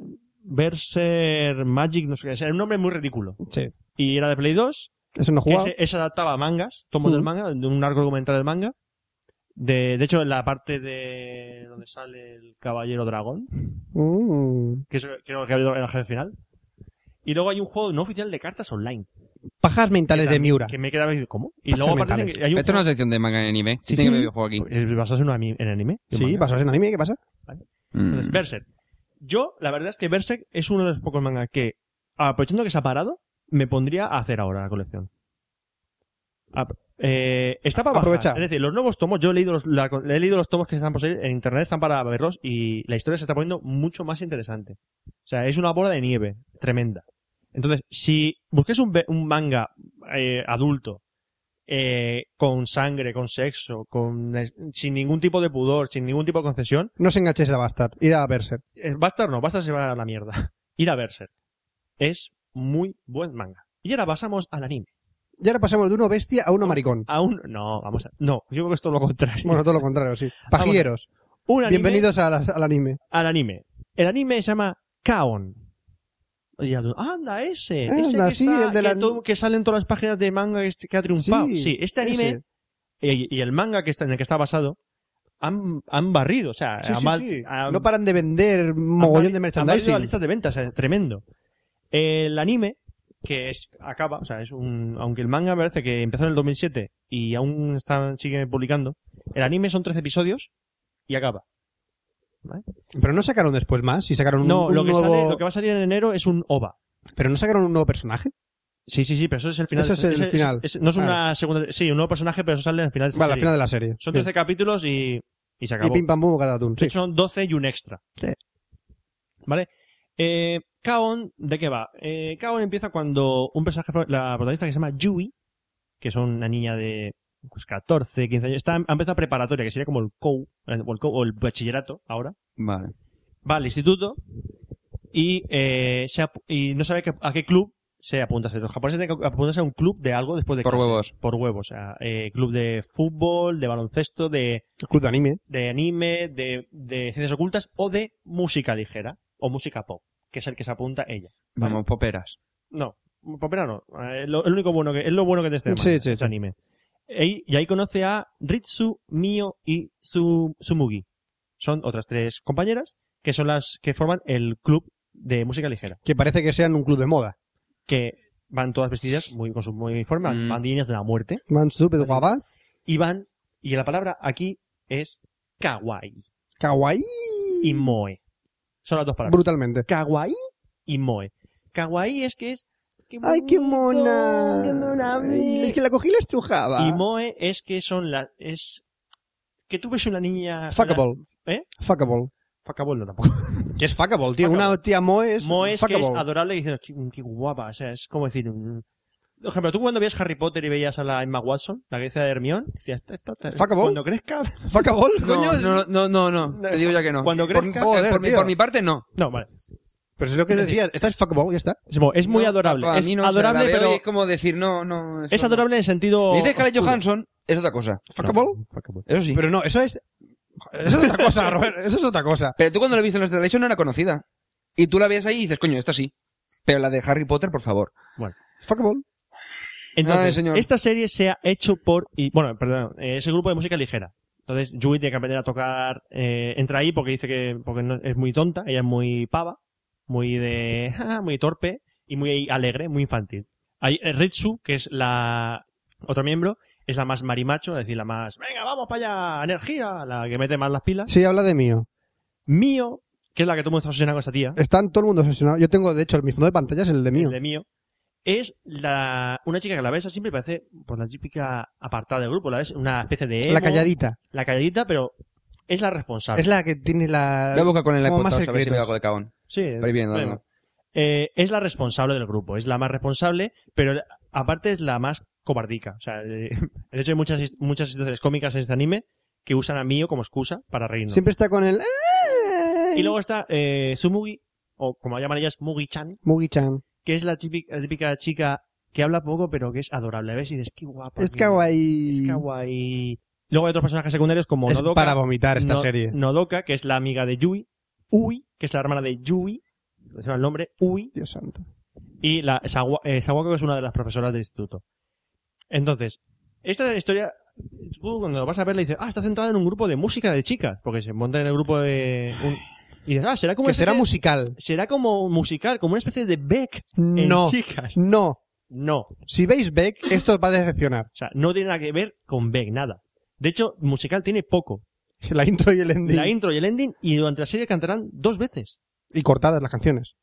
A: Berserk Magic, no sé qué. Era un nombre muy ridículo.
F: Sí.
A: Y era de Play 2,
F: Eso no
A: que
F: jugaba.
A: se, ese adaptaba a mangas, tomos
F: Mm.
A: del manga, de un arco documental del manga. De, de hecho, en la parte de donde sale el caballero dragón,
F: Mm.
A: que eso creo que ha habido en la jefe final. Y luego hay un juego no oficial de cartas online.
F: Pajas mentales de
A: También,
F: Miura.
A: Que me quedaba diciendo, ¿cómo? Y
F: Pajas
A: luego aparte
F: mentales.
A: que hay un
D: Esto no
A: juego...
D: es sección de manga y anime.
A: Sí,
D: Sí, Tiene
A: sí.
D: que haber videojuego aquí.
A: ¿Es basado Eh, en, un ami- en anime? en
F: Sí,
A: manga.
F: basados en anime, ¿qué pasa?
A: Entonces,
D: Mm.
A: Berserk. Yo, la verdad es que Berserk es uno de los pocos manga que, aprovechando que se ha parado, me pondría a hacer ahora la colección. Ap- eh, está para bajar.
F: Aprovecha.
A: Es decir, los nuevos tomos, yo he leído los, la- he leído los tomos que están por salir en internet, están para verlos y la historia se está poniendo mucho más interesante. O sea, es una bola de nieve tremenda. Entonces, si busques un, be- un manga eh, adulto eh, con sangre, con sexo, con eh, sin ningún tipo de pudor, sin ningún tipo de concesión,
F: No se enganchéis a Bastard. Ir a Berserk.
A: eh, Bastard no, Bastard se va a la mierda. Ir a Berserk. Es muy buen manga. Y ahora pasamos al anime.
F: Y ahora pasamos de uno bestia a uno maricón.
A: Aún no, vamos a. No, yo creo que es todo lo contrario.
F: Bueno, todo lo contrario, sí. Pajilleros.
A: Ah, Un anime-
F: Bienvenidos a las- al anime.
A: al anime. El anime se llama Kaon. Y ya tú, anda, ese. ese
F: Anda,
A: que,
F: sí,
A: está-
F: el de
A: que
F: la-
A: todo- que sale en todas las páginas de manga que, este- que ha triunfado. Sí, este anime
F: ese.
A: y, y el manga que está, en el que está basado han, han barrido. O sea,
F: Sí,
A: han
F: sí,
A: mal-
F: sí.
A: han-
F: no paran de vender mogollón de
A: Han parido- han parido
F: merchandising.
A: las listas de ventas, es tremendo. El anime, que es, acaba, o sea, es un, aunque el manga me parece que empezó en el 2007 y aún están, siguen publicando, el anime son 13 episodios y acaba.
F: Pero no sacaron después más. Si sacaron un,
A: No,
F: un
A: lo que,
F: nuevo.
A: sale, lo que va a salir en enero es un OVA.
F: Pero no sacaron un nuevo personaje.
A: Sí, sí, sí, pero eso es el final.
F: Eso es el final.
A: es- no es
F: Claro.
A: una segunda, sí, un nuevo personaje, pero eso sale al final de esta
F: Vale, al
A: serie.
F: final de la serie.
A: Son
F: Sí.
A: 13 capítulos y, y se
F: Y
A: acabó.
F: pim pam pum gatatún.
A: De
F: Sí.
A: hecho, son 12 y un extra.
F: Sí.
A: ¿Vale? Eh, Kaon, ¿de qué va? Eh, Kaon empieza cuando un personaje, la protagonista que se llama Yui, que son una niña de pues, 14, 15 años, está, ha empezado preparatoria, que sería como el COU, el- o el, COU, o el bachillerato ahora,
D: Vale.
A: va al instituto y, eh, se ap- y no sabe que- a qué club se apunta. Los japoneses tienen que apuntarse a un club de algo después de
D: Por
A: clase.
D: huevos.
A: Por huevos, o sea, eh, club de fútbol, de baloncesto, de
F: Club de anime.
A: de anime, de, de ciencias ocultas o de música ligera o música pop, que es el que se apunta ella.
D: Vamos, poperas.
A: No, popera no. eh, lo- el único bueno que, es lo bueno que te este
F: Sí,
A: manga,
F: sí,
A: este
F: sí.
A: anime. E- y ahí conoce a Ritsu, Mio y Su- Sumugi. Son otras tres compañeras que son las que forman el club de música ligera,
F: Que parece que sean un club de moda.
A: que van todas vestidas muy con su muy forma,
D: Mm.
A: van de niñas de la muerte.
F: Man Stupid Guabaz.
A: y van, y la palabra aquí es kawaii
F: Kawaii.
A: y moe. Son las dos palabras.
F: Brutalmente.
A: Kawaii y moe. Kawaii es que es... ¡qué
F: ¡Ay, qué
A: bonito!
F: mona!
A: ¡Qué mona!
F: Ay, Es que la cogí y la estrujaba.
A: Y moe es que son las... Es... Que tú ves una niña...
F: Fuckable.
A: ¿Eh?
F: Fuckable.
A: Fuckable no tampoco.
F: ¿Qué es fuckable, tío? Una tía Moe es
A: Moe es que
F: fuckable.
A: es adorable y dices, qué, qué guapa. O sea, es como decir... mm. Por ejemplo, tú cuando veías Harry Potter y veías a la Emma Watson, la que decía de Hermione, decías, esta, esta, esta-
F: Fuckable.
A: cuando crezca...
F: ¿Fuckable,
D: No,
F: coño?
D: No, no, no, no, te digo ya que no.
A: Cuando
D: por,
A: crezca-
D: por-
F: Joder,
D: por mi,
F: tío.
D: por mi parte, no.
A: No, vale.
F: Pero es lo que decías. Esta es fuckable, ya está.
A: Es mo- Es muy
D: No,
A: adorable.
D: para
A: Es
D: mí no, o sea,
A: adorable,
D: la veo
A: pero...
D: y es como decir, no, no. eso
A: Es
D: no.
A: adorable en el sentido...
D: Me dices Scarlett
A: oscuro.
D: Johansson, es otra cosa.
F: ¿Fuckable?
A: No, fuckable.
D: Eso sí. Pero,
F: Pero no, eso es... Eso es otra cosa, Robert. Eso es otra cosa.
D: tú cuando la viste en los televisión no era conocida. Y tú la veías ahí y dices, coño, esta sí. Pero la de Harry Potter, por favor.
F: Fuckable.
A: Entonces,
D: Ay, señor.
A: esta serie se ha hecho por, y, bueno, perdón, eh, es el grupo de música ligera. Entonces, Yui tiene que aprender a tocar, eh, entra ahí porque dice que, porque no- es muy tonta, ella es muy pava, muy de, "Ja, ja", muy torpe y muy alegre, muy infantil. Hay eh, Ritsu, que es la, otro miembro, es la más marimacho, es decir, la más, venga, vamos para allá, energía, la que mete más las pilas.
F: Sí, habla de mío.
A: Mío, que es la que tú muestras obsesionada con esa tía.
F: Están todo el mundo obsesionado. Yo tengo, de hecho, mi fondo de pantalla es el de mío.
A: el de mío, es la, una chica que la ves así siempre parece por la típica apartada del grupo, la ves una especie de emo,
F: La calladita.
A: la calladita, pero es la responsable.
F: Es la que tiene la...
D: Voy a buscar con el
F: Como más
D: iPod Touch a ver si
F: secretos.
D: veo algo de cagón.
A: Sí,
D: Voy viendo,
A: bueno.
D: ¿no?
A: Eh, es la responsable del grupo, es la más responsable, pero la- aparte es la más cobardica. O sea, eh, de hecho hay muchas, his- muchas situaciones cómicas en este anime que usan a Mio como excusa para reírnos.
F: Siempre está con el...
A: Y luego está eh, Sumugi, o como la llaman ellas, Mugi-chan,
F: Mugi-chan.
A: que es la típica, la típica chica que habla poco pero que es adorable. ¿Ves? Y dices, qué guapa.
F: Es
A: qué-
F: kawaii.
A: Pues Es kawaii. Luego hay otros personajes secundarios como
F: Es
A: Nodoka.
F: para vomitar esta
A: No-
F: serie.
A: Nodoka, que es la amiga de Yui. Ui, que es la hermana de Yui. No sé el nombre. Ui.
F: Dios santo.
A: Y la Sawa- eh, Sawako, que es una de las profesoras del instituto. Entonces, esta historia, tú cuando lo vas a ver le dices, ah, está centrada en un grupo de música de chicas. Porque se montan en el grupo de... un- Y dices, ah, será como...
F: Que
A: una
F: será
A: especie-
F: musical.
A: Será como musical, como una especie de Beck en
F: No.
A: chicas.
F: No.
A: No.
F: Si veis Beck, esto os va a decepcionar.
A: O sea, no tiene nada que ver con Beck, nada. De hecho, musical tiene poco.
F: La intro y el ending.
A: La intro y el ending, y durante la serie cantarán dos veces.
F: y cortadas las canciones.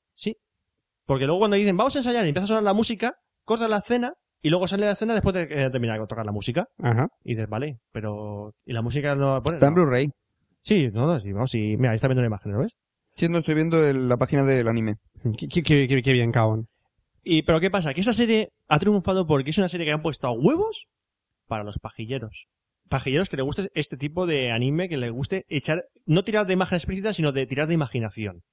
A: Porque luego cuando dicen, vamos a ensayar, y empieza a sonar la música, corta la escena, y luego sale la escena después de que terminar de tocar la música.
F: Ajá.
A: Y dices, vale, pero... ¿Y la música no va a poner?
D: Está en
A: No.
D: Blu-ray.
A: Sí, no, no, sí, vamos, y mira, ahí está viendo la imagen, ¿lo ves?
D: Sí, no estoy viendo el- la página del anime.
F: Qué, qué- qué- qué- qué bien, cabrón.
A: Y, pero ¿qué pasa? Que esa serie ha triunfado porque es una serie que han puesto a huevos para los pajilleros. Pajilleros que le guste este tipo de anime, que le guste echar, no tirar de imagen explícita, sino de tirar de imaginación.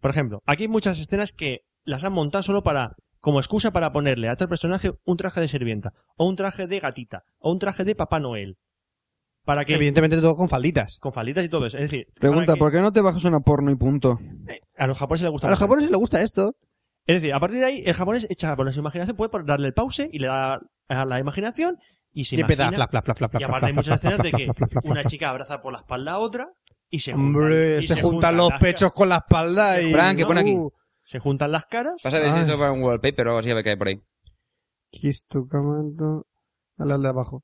A: Por ejemplo, aquí hay muchas escenas que las han montado solo para, como excusa para ponerle a tal personaje un traje de sirvienta, o un traje de gatita, o un traje de Papá Noel. Para que,
F: Evidentemente todo con falditas.
A: con falditas y todo eso. Es decir, para
D: Pregunta,
A: que-
D: ¿por qué no te bajas una porno y punto?
A: a los japoneses les gusta
F: A los
A: mucho.
F: japoneses les gusta esto.
A: Es decir, a partir de ahí, el japonés echa por su imaginación, puede por- darle el pause y le da a la imaginación y se
F: Y empieza
A: imagina.
F: fla, fla, fla, fla, fla,
A: y
F: fla,
A: aparte hay
F: fla,
A: muchas
F: fla,
A: escenas
F: fla,
A: de
F: fla,
A: que
F: fla, fla, fla, fla,
A: una
F: fla.
A: chica abraza por la espalda a otra y se juntan.
F: Hombre,
A: y
F: se, juntan los
A: las
F: pechos
A: ca-
F: con la espalda y...
D: Frank, ¿qué pone aquí?
F: Uh,
A: Se juntan las caras.
D: Vas a ver si
F: Ay.
D: esto para un wallpaper o algo así, a ver qué hay por ahí.
F: Kiss tu comando. Dale al de abajo.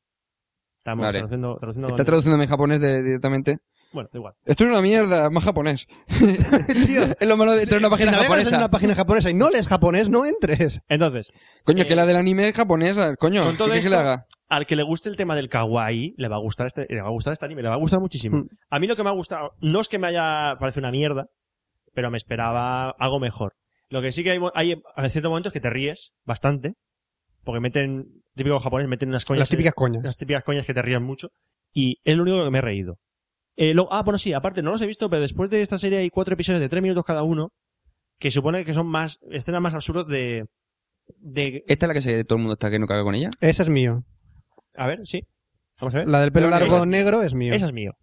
A: Estamos
D: Vale.
A: traduciendo, traduciendo
D: Está traduciéndome en japonés de- directamente.
A: Bueno, da igual.
D: Esto es una mierda, más japonés. es lo malo de tener una página
F: si navegas
D: japonesa.
F: en una página japonesa y no lees japonés, no entres.
A: Entonces,
D: Coño, que
A: Eh,
D: la del anime es japonesa, coño.
A: con
D: ¿Qué
A: todo
D: quieres que le
A: esto-
D: haga?
A: al que le guste el tema del kawaii, le va a gustar este, le va a gustar este anime, le va a gustar muchísimo.
F: Mm.
A: A mí lo que me ha gustado, no es que me haya parecido una mierda, pero me esperaba algo mejor. Lo que sí que hay, mo- hay en ciertos momentos que te ríes bastante, porque meten, típico japonés, meten unas coñas.
F: Las típicas coñas.
A: las típicas coñas que te rían mucho. Y es lo único que me he reído. Eh, lo- ah, bueno, sí, aparte no los he visto, pero después de esta serie hay cuatro episodios de tres minutos cada uno, que supone que son más escenas más absurdas de. de
D: Esta es la que se, todo el mundo está que no caga con ella.
F: Esa es mío.
A: a ver, sí. Vamos a ver.
F: La del pelo
D: Esa-
F: largo negro es mío.
A: Esa es mío.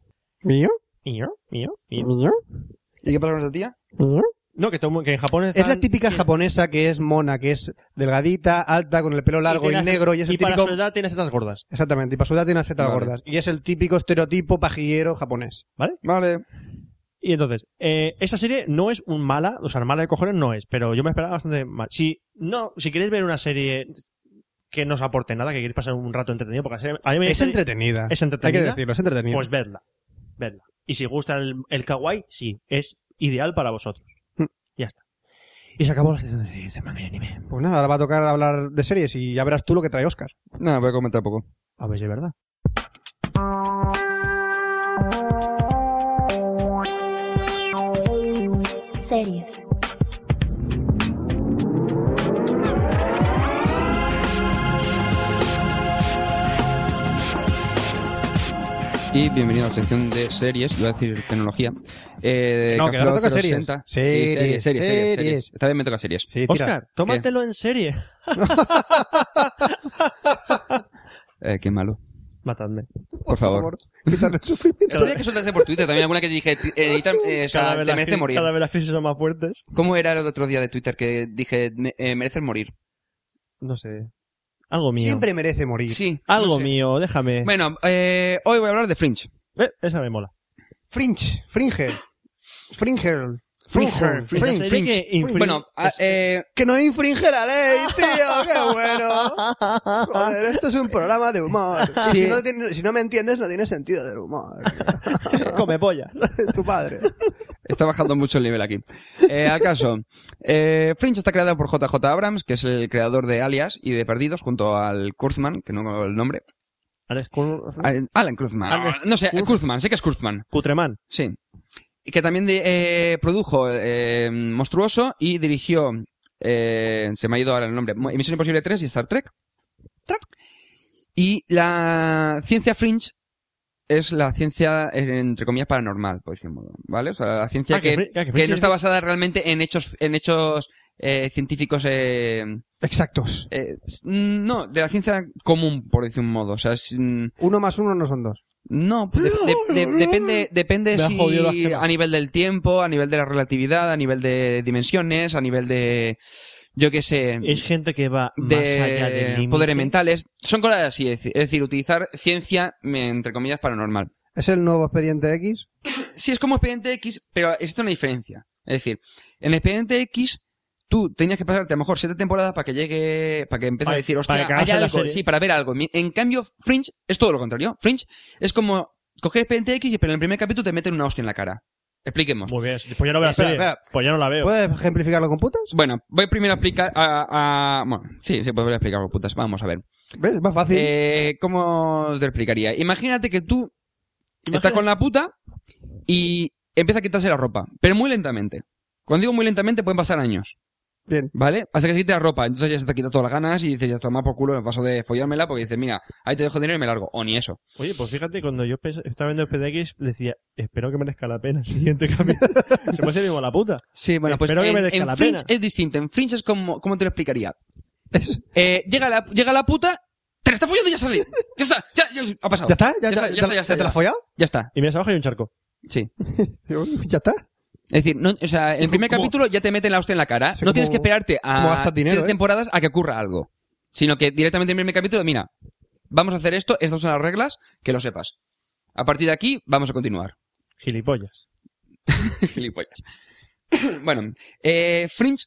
F: ¿Mío?
A: ¿Mío? ¿Mío? ¿Mío?
F: ¿Mío?
D: ¿Y qué pasa con esta tía?
F: ¿Mío?
A: No, que, todo mu- que en Japón
F: Es
A: están-
F: la típica
A: sí,
F: japonesa que es mona, que es delgadita, alta, con el pelo largo y,
A: tiene-
F: negro y es el
A: Y para
F: típico...
A: su edad tienes estas gordas,
F: Exactamente, y para su edad tiene las tetas
D: Vale.
F: gordas. Y es el típico estereotipo pajillero japonés.
A: ¿vale?
D: Vale.
A: Y entonces, eh, esta serie no es un mala, o sea, mala de cojones no es, pero yo me esperaba bastante mal. Si no, si queréis ver una serie que no os aporte nada, que queréis pasar un rato entretenido, porque la serie- a mí me
F: Es entretenida.
A: es entretenida.
F: Hay que decirlo, es entretenida.
A: Pues vedla, vedla. Y si gusta el, el kawaii, sí, es ideal para vosotros.
F: Mm.
A: ya está. Y se acabó la sección de series de manga y anime.
F: Pues nada, ahora va a tocar hablar de series y ya verás tú lo que trae Oscar.
D: No, voy a comentar poco.
A: A ver si es verdad.
K: Series.
D: Y bienvenido a la sección de series, iba a decir tecnología. Eh, de
F: No,
D: Café
F: que ahora
D: Lock
F: toca series.
D: 060. Sí,
F: Series,
D: series, series, series,
F: series.
D: series. Esta vez me toca series.
F: Sí,
A: Oscar, tómatelo en serie.
D: Eh, qué malo.
A: Matadme.
D: Por favor.
F: Quitarle el sufrimiento.
D: Tendría que soltarse por Twitter también alguna que dije, ti- eh, editar, eh, o sea,
A: Cada vez,
D: te
A: las,
D: merece
A: cri-
D: morir.
A: cada vez las crisis son más fuertes.
D: ¿Cómo era el otro día de Twitter que dije, me- eh, mereces morir?
A: No sé. Algo mío.
F: Siempre merece morir.
D: Sí.
A: Algo
D: no sé.
A: mío, déjame.
D: Bueno, eh, hoy voy a hablar de Fringe.
A: Eh, esa me mola.
F: Fringe, Fringe, Fringel,
D: Fringe,
F: Fringe, Fringe.
A: serie
D: Fringe.
A: que infringe-
D: Bueno, a-
A: es-
D: eh,
F: Que no infringe la ley, tío, qué bueno. Joder, esto es un programa de humor. Y
D: Sí.
F: Si, no tiene- si no me entiendes, no tiene sentido del humor.
A: Come polla.
F: tu padre.
D: Está bajando mucho el nivel aquí. Eh, al caso, eh, Fringe está creada por JJ Abrams, que es el creador de Alias y de Perdidos, junto al Kurzman, que no me acuerdo el nombre.
A: Alex Kur-
D: Al- Alan Kurzman.
A: Alan
D: no sé,
A: Kurz-
D: Kurzman, sé que es Kurzman,
A: Cutreman.
D: sí. Y que también de- eh, produjo eh, Monstruoso y dirigió, eh, se me ha ido ahora el nombre, Mo- Misión Imposible 3 y Star Trek. Y la ciencia Fringe es la ciencia, eh, entre comillas, paranormal, por decirlo de un modo, ¿vale? O sea, la ciencia
A: Ah, que
D: que,
A: Fri- ah, que
D: que
A: Fringe
D: no
A: es-
D: está basada realmente en hechos, en hechos eh, científicos, eh,
F: Exactos.
D: eh, s- no, de la ciencia común, por decir un modo. O sea, es, mm,
F: Uno más uno no son dos.
D: no, pues, de- de- de- depende, depende
F: Me ha jodido las
D: si
F: gemas.
D: a nivel del tiempo, a nivel de la relatividad, a nivel de dimensiones, a nivel de, yo qué sé,
A: Es gente que va más allá del
D: de
A: límite.
D: poderes mentales. Son cosas así, es deci- es decir, utilizar ciencia, me- entre comillas, paranormal.
F: ¿Es el nuevo expediente X?
D: Sí, es como Expediente X, pero existe una diferencia. Es decir, en Expediente X tú tenías que pasarte a lo mejor siete temporadas para que llegue, para que empiece a
A: Para-
D: decir,
A: para
D: hostia,
A: que
D: hay
A: hagas la
D: algo,
A: serie.
D: sí, para ver algo. Mi- En cambio, Fringe es todo lo contrario. Fringe es como coger Expediente X y pero en el primer capítulo te meten una hostia en la cara. Expliquemos.
A: Muy bien, pues ya no veo la
F: Espera,
A: serie.
F: espera.
A: Pues ya no la veo.
F: ¿Puedes ejemplificarlo con putas?
D: Bueno, voy primero a explicar a, a- bueno, sí, sí, pues voy a explicarlo, putas. Vamos a ver.
F: ¿Ves? Es más fácil.
D: Eh, ¿Cómo te explicaría? Imagínate que tú estás con la puta y empieza a quitarse la ropa, pero muy lentamente. Cuando digo muy lentamente, pueden pasar años.
F: Bien.
D: ¿Vale? Hasta que se quite la ropa. Entonces ya se te quita todas las ganas y dices, ya toma por culo, me paso de follármela porque dices, mira, ahí te dejo dinero y me largo. O ni eso.
A: Oye, pues fíjate, cuando yo pens- estaba viendo el PDX, decía, espero que merezca la pena el siguiente capítulo. Se me hace mismo la puta.
D: Sí, bueno, pues
A: Espero que
D: en,
A: merezca
D: en
A: la
D: Fringe
A: pena.
D: es distinto. En Fringe es como, ¿cómo te lo explicaría? Eh, llega, la, llega la puta, te la está follando y ya sale. Ya está, ya, ya ha pasado.
F: ¿Ya está? ¿Ya, ya,
D: ya está, ya está, ya está,
F: te
D: ya
F: la has
D: está.
F: follado?
D: Ya está,
A: Y miras abajo y hay un charco.
D: sí.
F: ¿Ya está?
D: Es decir, no, o sea, en el primer
F: Como-
D: capítulo ya te meten la hostia en la cara.
F: Sí,
D: no
F: como-
D: tienes que esperarte
F: como
D: a
F: gastas dinero,
D: siete
F: ¿eh?
D: temporadas a que ocurra algo. Sino que directamente en el primer capítulo, mira, vamos a hacer esto, estas son las reglas, que lo sepas. A partir de aquí, vamos a continuar.
A: Gilipollas.
D: Gilipollas. bueno, eh, Fringe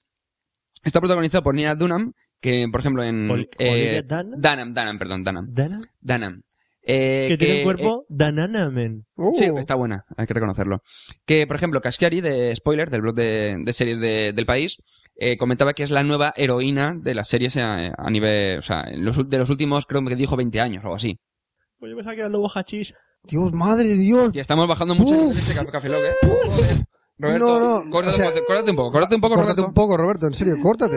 D: está protagonizado por Nina Dunham, que, por ejemplo, en... eh,
A: Ol- Olivia Dunham?
D: Dunham, Dunham, perdón, Dunham.
A: Dana.
D: Dunham. Eh,
A: Que tiene
D: que,
A: el cuerpo Dananamen.
F: Uh.
D: Sí, está buena, hay que reconocerlo. Que, por ejemplo, Caschiari, de Spoiler, del blog de, de series de- del país, eh, comentaba que es la nueva heroína de las series a, a nivel, o sea, en los, ul- de los últimos, creo que dijo 20 años o algo así.
A: Pues yo pensaba que era el lobo hachís.
F: Dios, madre de Dios.
D: Y estamos bajando mucho
F: Uf.
D: en este ca- café Lock, ¿eh? Joder. Roberto,
F: No, no, o
D: córtate,
F: sea,
D: córtate- córtate un poco, córtate un poco,
F: Córtate
D: Roberto.
F: un poco, Roberto, en serio, córtate.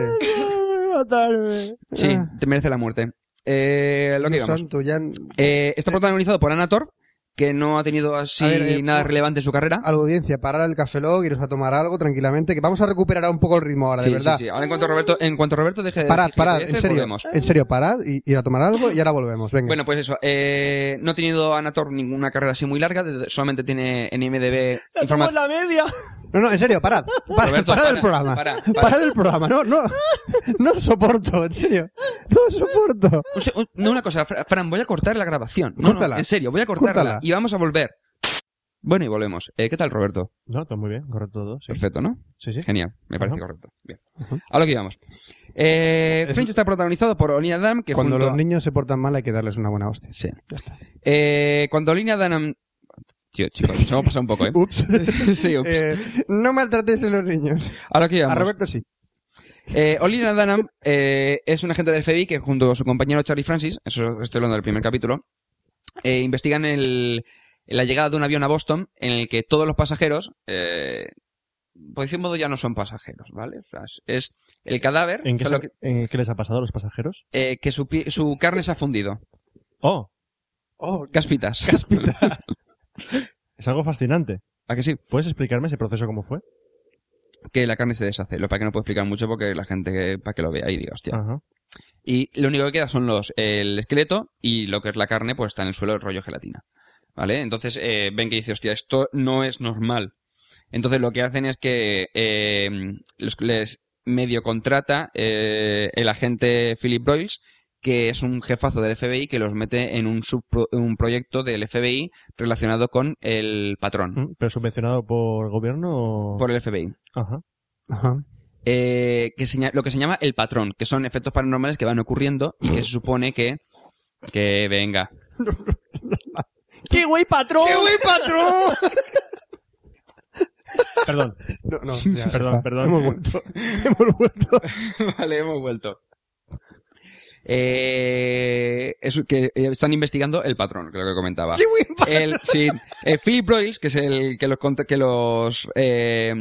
A: matarme.
D: Sí,
F: Ah.
D: te merece la muerte. Eh, lo que
F: Dios
D: íbamos.
F: santo, ya...
D: Eh, está protagonizado por Anna Thor, que no ha tenido así
F: A ver, eh,
D: nada
F: no.
D: relevante en su carrera.
F: a la audiencia parar el café log, iros a tomar algo tranquilamente, que vamos a recuperar un poco el ritmo ahora,
D: sí,
F: de verdad.
D: sí, sí. Ahora en cuanto Roberto, en cuanto Roberto deje de
F: Parad,
D: decir
F: parad,
D: gilipolleces,
F: en serio,
D: volvemos.
F: en serio, parad y ir a tomar algo y ahora volvemos, venga.
D: Bueno, pues eso. Eh, no ha tenido Anator ninguna carrera así muy larga. de- solamente tiene en IMDB información.
A: la media!
F: No, no, en serio, parad, parad,
D: Roberto,
F: parad
D: para,
F: el programa,
D: para,
F: parad
D: para.
F: el programa, no, no, no os soporto, en serio, no os soporto.
D: Un se- un- No, una cosa, Fra- Fran, voy a cortar la grabación. No, no,
F: Córtala.
D: en serio, voy a cortarla.
F: Córtala.
D: Y vamos a volver. Bueno, y volvemos. Eh, ¿Qué tal, Roberto?
A: No, todo muy bien, correcto todo. Sí,
D: Perfecto, ¿no?
A: sí. sí.
D: Genial, me
A: Ajá.
D: parece correcto. Bien. A lo que íbamos. Eh,
F: Es-
D: Fringe está protagonizado por Olina Dunham, que
F: Cuando
D: junto
F: los
D: a-
F: niños se portan mal hay que darles una buena hostia.
D: Sí. Eh, cuando Olina Dunham... Tío, chicos, nos hemos pasado un poco, ¿eh?
F: Ups.
D: sí, ups.
F: Eh, no maltrates a los niños.
D: a lo que íbamos.
F: A Roberto sí.
D: Eh, Olina Dunham eh, es un agente del FBI que junto a su compañero Charlie Francis, eso estoy hablando del primer capítulo, eh, investigan el, la llegada de un avión a Boston en el que todos los pasajeros, eh, por decir modo, ya no son pasajeros, ¿vale? O sea, es, es el cadáver
A: ¿En qué,
D: o sea, lo
A: se-
D: que,
A: en qué les ha pasado a los pasajeros?
D: eh, que su, pi- su carne se ha fundido.
A: Oh,
F: Oh,
D: Caspitas.
A: es algo fascinante.
D: ¿A que sí?
A: ¿Puedes explicarme ese proceso cómo fue?
D: Que la carne se deshace. Lo para que no puedo explicar mucho porque la gente, para que lo vea y diga, hostia.
A: Ajá.
D: Y lo único que queda son los el esqueleto y lo que es la carne, pues está en el suelo el rollo gelatina. ¿Vale? Entonces eh, ven que dice, hostia, esto no es normal. Entonces lo que hacen es que eh, los- les medio contrata eh, el agente Philip Broyles, que es un jefazo del FBI que los mete en un, subpro- un proyecto del FBI relacionado con el patrón,
A: Mm, ¿Pero subvencionado por gobierno o...?
D: por el FBI.
A: Ajá.
F: Ajá.
D: eh, que seña- lo que se llama el patrón, que son efectos paranormales que van ocurriendo y que se supone que que venga.
F: ¡Qué güey patrón! ¡Qué güey patrón!
A: Perdón.
F: No, no, ya
A: Perdón,
F: está.
A: perdón. Mm,
F: Hemos vuelto. Hemos vuelto.
D: vale, hemos vuelto. Eh, es que eh, están investigando el patrón, creo que comentaba.
F: ¡Qué güey patrón!
D: El, sí, eh, Philip Broyles, que es el que los, contra- que los eh,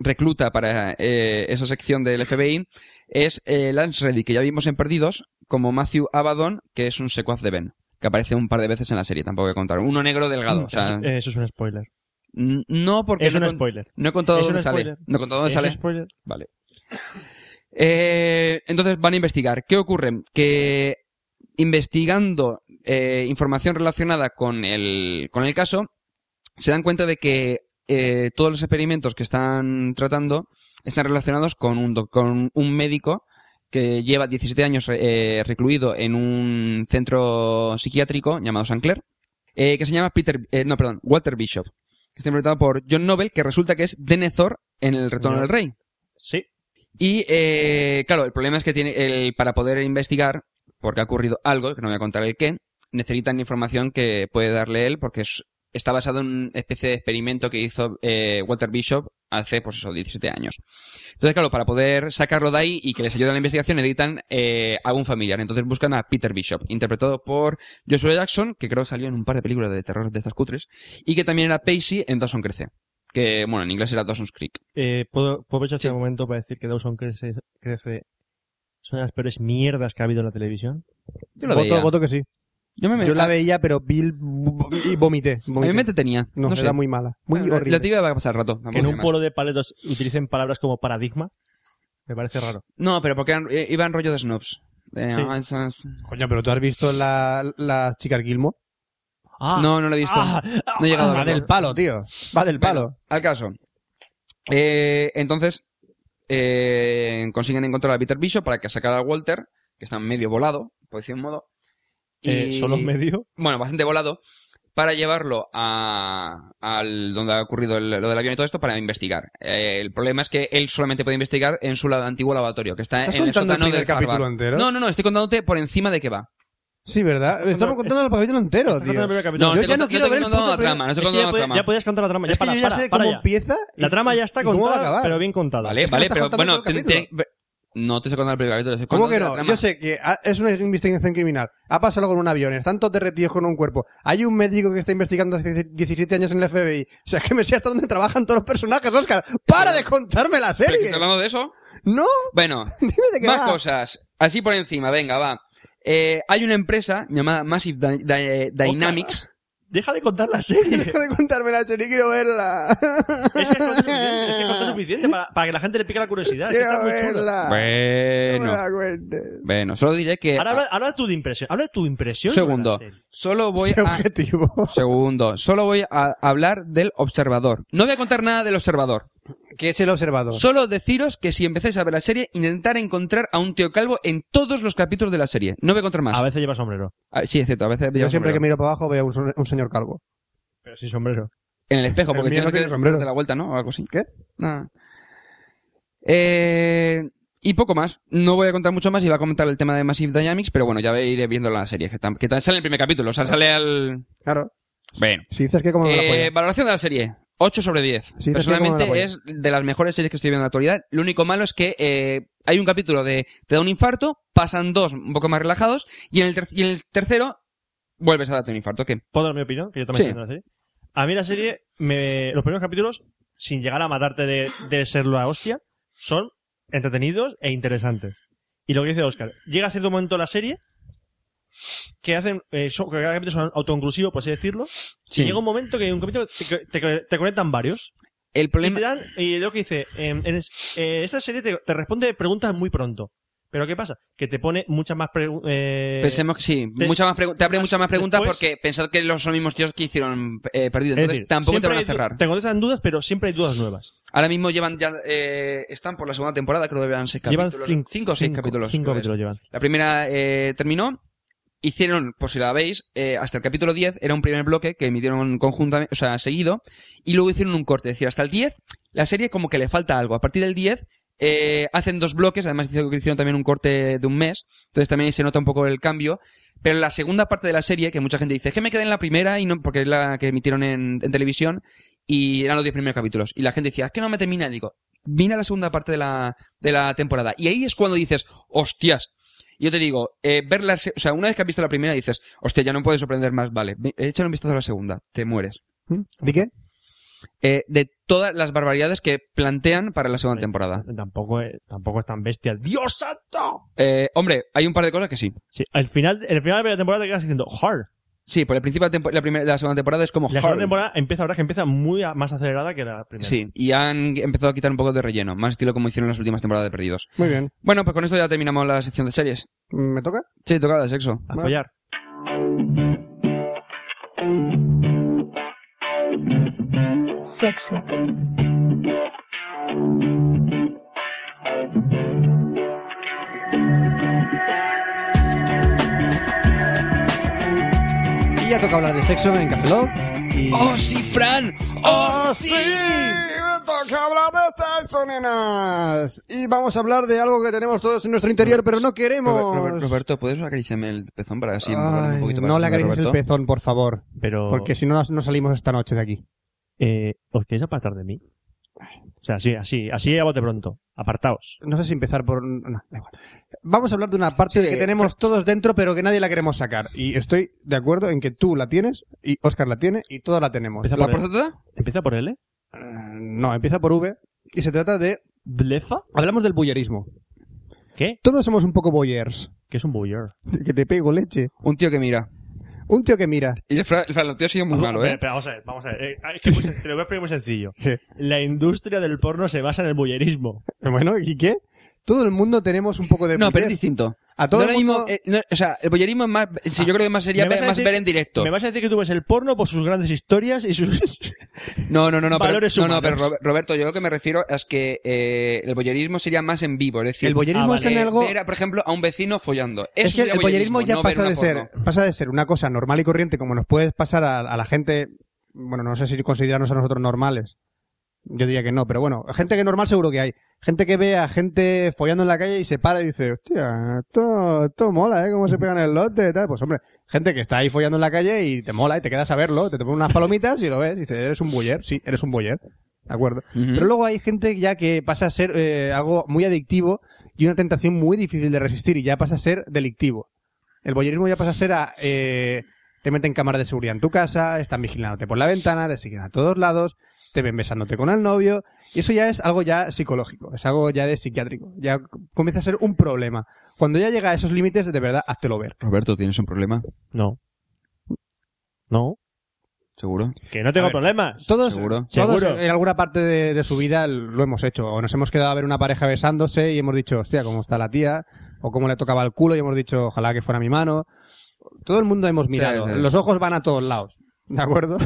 D: recluta para eh, esa sección del FBI, es eh, Lance Reddy, que ya vimos en Perdidos, como Matthew Abaddon, que es un secuaz de Ben, que aparece un par de veces en la serie, tampoco voy a contar. Uno negro delgado, o sea,
A: Eso- eh, eso es un spoiler.
D: n- no porque
A: Es
D: no,
A: un
D: he con-
A: spoiler.
D: no he contado
A: Es un
D: dónde sale.
A: spoiler.
D: No he contado dónde
A: ¿Es
D: sale.
A: un spoiler?
D: Vale. Eh, entonces van a investigar. ¿Qué ocurre? Que investigando eh, información relacionada con el, con el caso, se dan cuenta de que eh, todos los experimentos que están tratando están relacionados con un, doc- con un médico que lleva 17 años eh, recluido en un centro psiquiátrico llamado San Clair, eh, que se llama Peter, eh, no, perdón, Walter Bishop. que Está interpretado por John Noble, que resulta que es Denethor en El Retorno
A: Ya.
D: del Rey.
A: Sí.
D: Y eh, claro, el problema es que tiene el, para poder investigar, porque ha ocurrido algo, que no voy a contar el qué, necesitan información que puede darle él, porque es- está basado en una especie de experimento que hizo eh, Walter Bishop hace, pues eso, 17 años. Entonces, claro, para poder sacarlo de ahí y que les ayude en la investigación, necesitan eh, algún familiar. Entonces buscan a Peter Bishop, interpretado por Joshua Jackson, que creo que salió en un par de películas de terror de estas cutres, y que también era Pacey en Dawson Crece. Que, bueno, en inglés era Dawson's Creek.
A: Eh, ¿Puedo, puedo aprovechar
D: Sí.
A: este momento para decir que Dawson crece, crece... Es una de las peores mierdas que ha habido en la televisión.
D: Yo lo veía.
F: voto, voto que sí.
D: Yo, me
F: Yo la veía, pero Bill y vomité.
D: A mí
F: vomité.
D: me entretenía.
F: No,
D: No, sé.
F: era muy mala. Muy
D: Bueno,
F: horrible.
D: La tibia va a pasar rato. tampoco
A: Que en
D: tiene
A: un
D: más.
A: polo de paletos utilicen palabras como paradigma. Me parece raro.
D: No, pero porque eran- eh, iban rollo de snobs. Eh,
A: Sí.
D: ah, esas-
F: Coño, pero tú has visto la, la chica Gilmo.
D: No, no lo he visto.
A: Ah,
D: no he llegado a
F: Va
D: verlo.
F: del palo, tío. Va del palo.
D: Bueno, al caso. Eh, entonces, eh, consiguen encontrar a Peter Bishop para que sacar a Walter, que está medio volado, por decir un modo. Y,
A: Eh, Solo medio.
D: Bueno, bastante volado. Para llevarlo a, al donde ha ocurrido el- lo del avión y todo esto para investigar. Eh, el problema es que él solamente puede investigar en su la- antiguo laboratorio, que está
F: ¿Estás
D: en el
F: contando el
D: sótano
F: primer
D: del Harvard.
F: capítulo entero?
D: No, no, no, estoy contándote por encima de qué va.
F: Sí, ¿verdad? Estamos contando el pabellón entero,
A: Estás contando
F: tío.
A: el primer capítulo.
D: No,
F: yo
D: te
F: ya
D: conto-
F: no quiero
D: te
F: ver el
D: contando
F: puto
D: la
F: primer-
D: trama, no
A: Es
D: estoy
A: que
D: contando
A: ya,
D: la
A: puede-
D: trama.
A: ya podías contar la trama. Ya
F: Es que
A: para,
F: yo ya
A: para,
F: sé
A: para
F: cómo
A: ya.
F: empieza. y-
A: La trama ya está
F: y cómo va a
A: contada,
F: acabar.
A: pero bien contada.
D: Vale,
F: Es que
D: vale,
F: me estás
D: pero
F: contando
D: bueno,
F: todo el
D: te-
F: capítulo.
D: te- ve- no te estoy contando el primer capítulo. te estoy
F: ¿Cómo que
D: contando la
F: no?
D: trama.
F: Yo sé que ah, es una investigación criminal. Ha pasado algo con un avión. Están todos derretidos con un cuerpo. Hay un médico que está investigando hace 17 años en el FBI. O sea, que me sé hasta dónde trabajan todos los personajes, Oscar. ¡Para de contarme la
D: ¿Pero que
F: serie!
D: estoy hablando de eso?
F: ¡No!
D: Bueno,
F: Dime de qué
D: más
F: va.
D: cosas. Así por encima, venga, va. Eh, hay una empresa llamada Massive Dy- Dy- Dynamics.
A: Deja de contar la serie.
F: Deja de contarme la serie, quiero verla.
A: Es que es suficiente, es que es suficiente para, para que la gente le pique la curiosidad. es que
F: quiero
A: está muy chulo.
F: verla. No me
D: Bueno,
F: la cuentes.
D: bueno, solo diré que.
A: Ahora habla, habla tú de impresión. Habla de tu impresión. sobre la
D: Segundo,
A: serie.
D: solo voy
F: Sé
D: a.
F: objetivo.
D: Segundo, solo voy a hablar del observador. No voy a contar nada del observador.
F: ¿Qué es el observador?
D: Solo deciros que si empezáis a ver la serie, intentar encontrar a un tío calvo en todos los capítulos de la serie. No voy a contar más.
A: A veces lleva sombrero.
D: Ah, Sí, es cierto, a veces.
F: Yo
D: llevas
F: siempre
D: sombrero.
F: que miro para abajo veo un, un señor calvo.
A: Pero sí, sombrero.
D: En el espejo,
F: El
D: porque si
F: mío
D: no
F: no
D: te
F: tiene sombrero.
D: de la vuelta, ¿no? O algo así.
F: ¿Qué?
D: Nada. Eh, y poco más. No voy a contar mucho más. Iba a comentar el tema de Massive Dynamics, pero bueno, ya iré viendo la serie. Que, tam- que tam- sale en el primer capítulo. O sea, sale al...
F: Claro.
D: Bueno.
F: Si dices que como me la
D: Eh,
F: polla.
D: valoración de la serie. 8 sobre 10.
F: Sí, te estoy como la
D: Personalmente
F: polla.
D: es de las mejores series que estoy viendo en la actualidad. Lo único malo es que eh, hay un capítulo de te da un infarto, pasan dos un poco más relajados y en el, ter- y en el tercero vuelves a darte un infarto. ¿Qué?
A: ¿Puedo dar mi opinión? Que yo
D: Sí.
A: también estoy viendo la serie. A mí la serie, me- los primeros capítulos, sin llegar a matarte de, de ser la hostia, son entretenidos e interesantes. Y lo que dice Oscar, llega a cierto momento la serie que hacen, eh, son- que cada capítulo son autoinclusivos, por así decirlo,
D: Sí.
A: y llega un momento que en un capítulo te, te- te conectan varios.
D: El
A: Y te
D: problema...
A: dan, y lo que dice, em, en es- eh, esta serie te, te responde preguntas muy pronto. Pero ¿qué pasa? Que te pone muchas más preguntas.
D: Pensemos que sí,
A: eh, te-
D: muchas más pregu- te abre
A: más-
D: muchas más preguntas
A: después-
D: porque pensad que los son los mismos tíos que hicieron eh, perdido,
A: Es
D: entonces
A: decir,
D: tampoco te
A: siempre
D: van a
A: hay du-
D: cerrar.
A: Te contestan dudas, pero siempre hay dudas nuevas.
D: Ahora mismo llevan ya, eh, están por la segunda temporada, creo que llevan seis capítulos.
A: llevan cinco,
D: o seis capítulos.
A: Cinco
D: creo que es.
A: capítulos llevan.
D: La primera eh, terminó. Hicieron, por si la veis, eh, hasta el capítulo 10 era un primer bloque que emitieron conjuntamente, o sea, seguido, y luego hicieron un corte. Es decir, hasta el 10 la serie como que le falta algo. A partir del 10 eh, hacen dos bloques, además hizo- hicieron también un corte de un mes, entonces también se nota un poco el cambio. Pero la segunda parte de la serie, que mucha gente dice, es que me quedé en la primera, y no porque es la que emitieron en, en televisión, y eran los 10 primeros capítulos. Y la gente decía, es que no me termina, digo, vine a la segunda parte de la, de la temporada. Y ahí es cuando dices, hostias. Yo te digo, eh, ver la se- o sea, una vez que has visto la primera dices, hostia, ya no puedes sorprender más, vale, ve- échale un vistazo a la segunda, te mueres.
F: ¿Mm? ¿Di qué?
D: Eh, de todas las barbaridades que plantean para la segunda temporada.
A: Tampoco es, tampoco es tan bestia. ¡Dios santo!
D: Eh, hombre, hay un par de cosas que sí.
A: Sí, al final, el final de la primera temporada te quedas diciendo hard.
D: Sí, por el principio de la, tempo- la primera, de la segunda temporada es como
A: La segunda
D: Harlem.
A: temporada empieza, la verdad, que empieza muy a- más acelerada que la primera.
D: Sí, y han empezado a quitar un poco de relleno, más estilo como hicieron las últimas temporadas de Perdidos.
F: Muy bien.
D: Bueno, pues con esto ya terminamos la sección de series.
F: ¿Me toca?
D: Sí, tocaba de sexo.
A: A follar.
K: Sexo.
F: Y ya toca hablar de sexo en Café Lock. Y...
D: ¡Oh, sí, Fran! ¡Oh, sí!
F: Me toca hablar de sexo, nenas. Y vamos a hablar de algo que tenemos todos en nuestro interior, pero no queremos.
D: Robert- Robert- Roberto, ¿puedes acariciarme el pezón para así moverme
F: Ay,
D: un poquito más?
F: no le acaricies el
D: Roberto?
F: pezón, por favor.
A: Pero,
F: Porque si no, no salimos esta noche de aquí.
A: eh, ¿os queréis apartar de mí? O sea, así, así, así a bote pronto. Apartaos.
F: No sé si empezar por. no, da igual. Vamos a hablar de una parte
D: Sí,
F: de que
D: eh,
F: tenemos todos dentro, pero que nadie la queremos sacar. Y estoy de acuerdo en que tú la tienes, y Oscar la tiene, y todos la tenemos.
A: Empieza
D: ¿La
A: por, L.
D: próstata?
A: ¿Empieza por L?
F: Eh, No, empieza por V, y se trata de.
A: ¿Blefa?
F: Hablamos del bullerismo.
A: ¿Qué?
F: Todos somos un poco boyers.
A: ¿Qué es un bullor?
F: Que te pego leche.
D: Un tío que mira.
F: Un tío que mira.
D: Y el Fran, el Fran, lo tío ha sido
F: Ah,
D: muy malo,
A: Espera,
D: ¿eh?
A: espera, vamos a ver, vamos a ver. Eh, es que muy sen- te lo voy a explicar muy sencillo.
F: ¿Qué?
A: La industria del porno se basa en el bullerismo.
F: Bueno, ¿y qué? Todo el mundo tenemos un poco de
D: No, pero es
F: boyer.
D: distinto.
F: A todo
D: No
F: el
D: lo mismo,
F: mundo- Ah.
D: eh, no, o sea, el bollerismo es más... sí, yo creo que más sería
A: ¿Me vas
D: ver,
A: a
D: más
A: decir-
D: ver en directo.
A: Me vas a decir que tú ves el porno por sus grandes historias y sus...
D: No, no, no, no. Pero,
A: Valores
D: no, no, pero
A: humanos.
D: Robert- Roberto, yo lo que me refiero es que eh, el bollerismo sería más en vivo. Es decir,
F: El boyerismo
A: Ah,
F: es en
D: eh,
F: algo.
D: ver, a, por ejemplo, a un vecino follando. Eso
F: es que
D: sería
F: el boyerismo ya
D: no ver
F: pasa
D: una
F: de ser
D: porno.
F: pasa de ser una cosa normal y corriente como nos puede pasar a, a la gente bueno no sé si considerarnos a nosotros normales yo diría que no pero bueno gente que normal seguro que hay gente que ve a gente follando en la calle y se para y dice hostia esto, esto mola eh cómo se pegan el lote y tal pues hombre gente que está ahí follando en la calle y te mola y te quedas a verlo te pones unas palomitas y lo ves y dices eres un boyer sí eres un boyer de acuerdo
D: Ujú.
F: pero luego hay gente ya que pasa a ser eh, algo muy adictivo y una tentación muy difícil de resistir y ya pasa a ser delictivo. El boyerismo ya pasa a ser a... eh, te meten cámaras de seguridad en tu casa, están vigilándote por la ventana, te siguen a todos lados, te ven besándote con el novio. Y eso ya es algo ya psicológico, es algo ya de psiquiátrico. Ya comienza a ser un problema. Cuando ya llega a esos límites, de verdad, háztelo ver.
D: Roberto, ¿tienes un problema?
A: No. No.
D: ¿Seguro?
A: Que no tengo
F: A ver,
A: problemas.
F: Todos,
D: Seguro.
F: todos
A: Seguro.
F: en alguna parte de, de su vida lo hemos hecho. O nos hemos quedado a ver una pareja besándose y hemos dicho, hostia, cómo está la tía. O cómo le tocaba el culo y hemos dicho, ojalá que fuera mi mano. Todo el mundo hemos mirado.
D: sí.
F: Los ojos van a todos lados. ¿De acuerdo?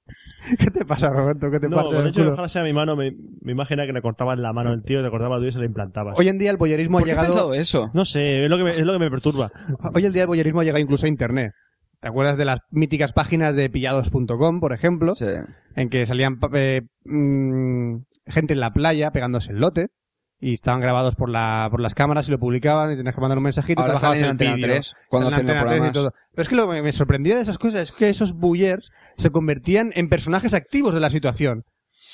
F: ¿Qué te pasa, Roberto? ¿Qué te
A: No,
F: parte
A: con
F: del
A: el hecho de
F: culo?
A: dejarse a mi mano, me, me imagina que le cortaban la mano al tío, le cortaban el dedo y se le implantabas.
F: Hoy en día el boyerismo ha
D: ¿Por qué he
F: llegado.
D: pensado eso?
A: No sé, es lo que me, es lo que me perturba.
F: Hoy en día el boyerismo ha llegado incluso a internet. ¿Te acuerdas de las míticas páginas de pillados.com, por ejemplo?
D: Sí.
F: en que salían pa- eh, mm, gente en la playa pegándose el lote y estaban grabados por la por las cámaras y lo publicaban y tenías que mandar un mensajito
D: Ahora
F: te bajabas
D: salen en
F: el
D: Antena
F: vídeo,
D: 3, cuando
F: salen en
D: hacen los
F: Antena 3 y
D: programas.
F: todo. Pero es que lo que me sorprendía de esas cosas es que esos bullers se convertían en personajes activos de la situación.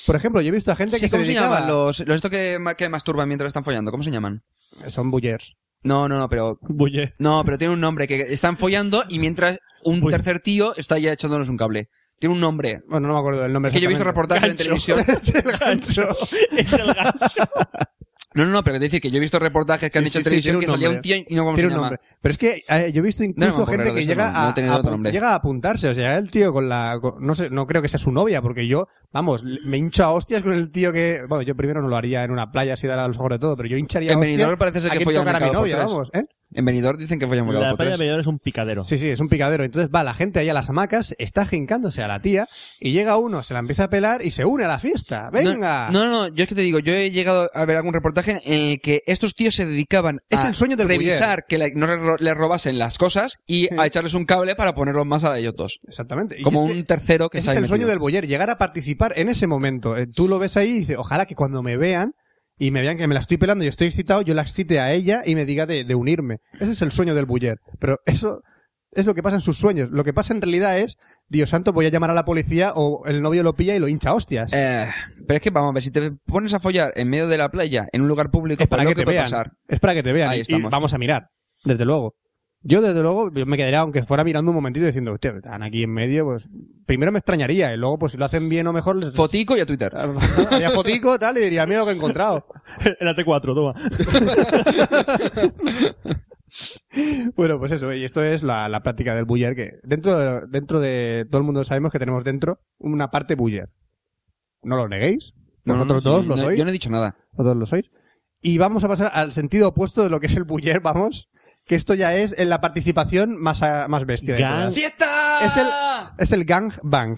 F: Por ejemplo, yo he visto a gente
D: Sí,
F: que se
D: ¿Cómo se
F: dedicaba...
D: llaman los, los esto que, ma- que masturban mientras están follando? ¿Cómo se llaman?
F: Son bullers.
D: No, no, no, pero
A: Bulle.
D: no, pero tiene un nombre que están follando y mientras un
A: Uy.
D: tercer tío está ya echándonos un cable. Tiene un nombre.
F: Bueno, no me acuerdo del nombre
D: Es que yo he visto
F: exactamente.
D: reportajes en televisión.
A: es el gancho.
D: No, no, no, pero que decir que yo he visto reportajes que han
F: Sí, sí,
D: hecho en
F: sí,
D: televisión
F: tiene
D: que
F: un
D: salía un
F: nombre.
D: tío y no cómo se
F: Tiene un
D: llama.
F: nombre. Pero es que eh, yo he visto
D: me
F: incluso
D: acuerdo
F: gente
D: de
F: que
D: ese
F: llega,
D: nombre, no
F: a,
D: tenía
F: a
D: otro
F: apu-
D: nombre.
F: llega a apuntarse. O sea, el tío con la. con- no sé, no creo que sea su novia, porque yo, vamos, le- me hincho a hostias con el tío que. Bueno, yo primero no lo haría en una playa así dar a los ojos de todo, pero yo hincharía
D: En
F: a hostias
D: Benidorm parece ser
F: a
D: que
F: quien
D: follan
F: tocara a mi
D: cada
F: novia,
D: por tres.
F: vamos, ¿eh?
D: En Benidorm dicen que follan muy
A: La
D: cada
A: playa de
D: por tres.
A: medidor es un picadero.
F: Sí, sí, es un picadero. Entonces va la gente ahí a las hamacas, está jincándose a la tía, y llega uno, se la empieza a pelar y se une a la fiesta. ¡Venga!
D: No, no, no, yo es que te digo, yo he llegado a ver algún reportaje en el que estos tíos se dedicaban
F: Es
D: a
F: el sueño del
D: revisar que le- no le ro- les robasen las cosas y a echarles un cable para ponerlos más a ellos dos.
F: Exactamente. Y
D: Como
F: es que-
D: un tercero que
F: Ese
D: está
F: es
D: ahí
F: el sueño
D: metido.
F: del boyer, llegar a participar en ese momento. Eh, Tú lo ves ahí y dices, ojalá que cuando me vean y me vean que me la estoy pelando y estoy excitado, yo la excite a ella y me diga de, de unirme. Ese es el sueño del boyer. Pero eso es lo que pasa en sus sueños. Lo que pasa en realidad es, Dios santo, voy a llamar a la policía o el novio lo pilla y lo hincha a hostias.
D: Eh, pero es que vamos a ver, si te pones a follar en medio de la playa, en un lugar público,
F: es para
D: pues
F: que
D: lo
F: te
D: puede
F: vean.
D: pasar.
F: Es para que te vean.
D: Ahí
F: Y- y
D: estamos.
F: vamos a mirar, desde luego. Yo, desde luego, yo me quedaría, aunque fuera mirando un momentito diciendo, hostia, están aquí en medio, pues primero me extrañaría y luego, pues si lo hacen bien o mejor, les,
D: Fotico y a Twitter.
F: Ah, Haría fotico, tal, y diría, mira lo que he encontrado.
A: El AT4, toma.
F: Bueno, pues eso, y esto es la, la práctica del buller, que dentro, dentro de todo el mundo sabemos que tenemos dentro una parte buller. No lo neguéis,
D: No, no, no,
F: vosotros
D: sí,
F: todos lo
D: no,
F: sois,
D: Yo no he dicho nada.
F: vosotros lo sois. Y vamos a pasar al sentido opuesto de lo que es el buller, vamos, que esto ya es en la participación más, a- más bestia. de
A: Gang-
F: todas.
D: ¡Fiesta!
F: Es el- Es el gangbang.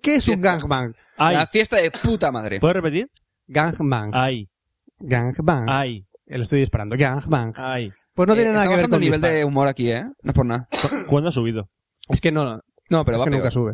F: ¿Qué es un
D: Fiesta.
F: gangbang?
A: Ay.
D: La fiesta de puta madre.
F: Pues
A: ¿Puedes repetir?
F: Gangbang.
D: Ah.
A: Ay,
F: Gangbang. Eh,
A: ay,
F: Lo estoy disparando. Gangbang.
A: ay.
F: Pues no tiene
D: Eh,
F: nada
D: está
F: que ver
D: bajando
F: con
D: el nivel
F: disparo.
D: de humor aquí, ¿eh? No es por nada.
A: ¿Cuándo ha subido?
F: Es que no,
D: No, pero
F: Es
D: va
F: que nunca
D: peor.
F: sube.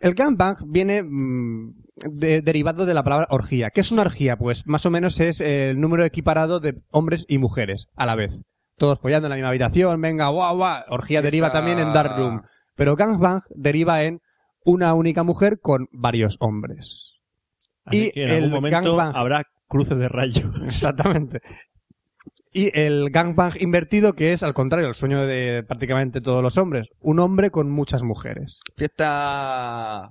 F: El gangbang viene mm, de- derivado de la palabra orgía. ¿Qué es una orgía? Pues más o menos es eh, el número equiparado de hombres y mujeres a la vez. Todos follando en la misma habitación, venga, guau, guau. Orgía
D: Fiesta.
F: deriva también en dark room. Pero gangbang deriva en una única mujer con varios hombres.
A: Así
F: Y
A: que en
F: el
A: algún momento
F: gangbang.
A: habrá cruces de rayo.
F: Exactamente. Y el gangbang invertido, que es al contrario, el sueño de prácticamente todos los hombres. Un hombre con muchas mujeres.
D: Fiesta...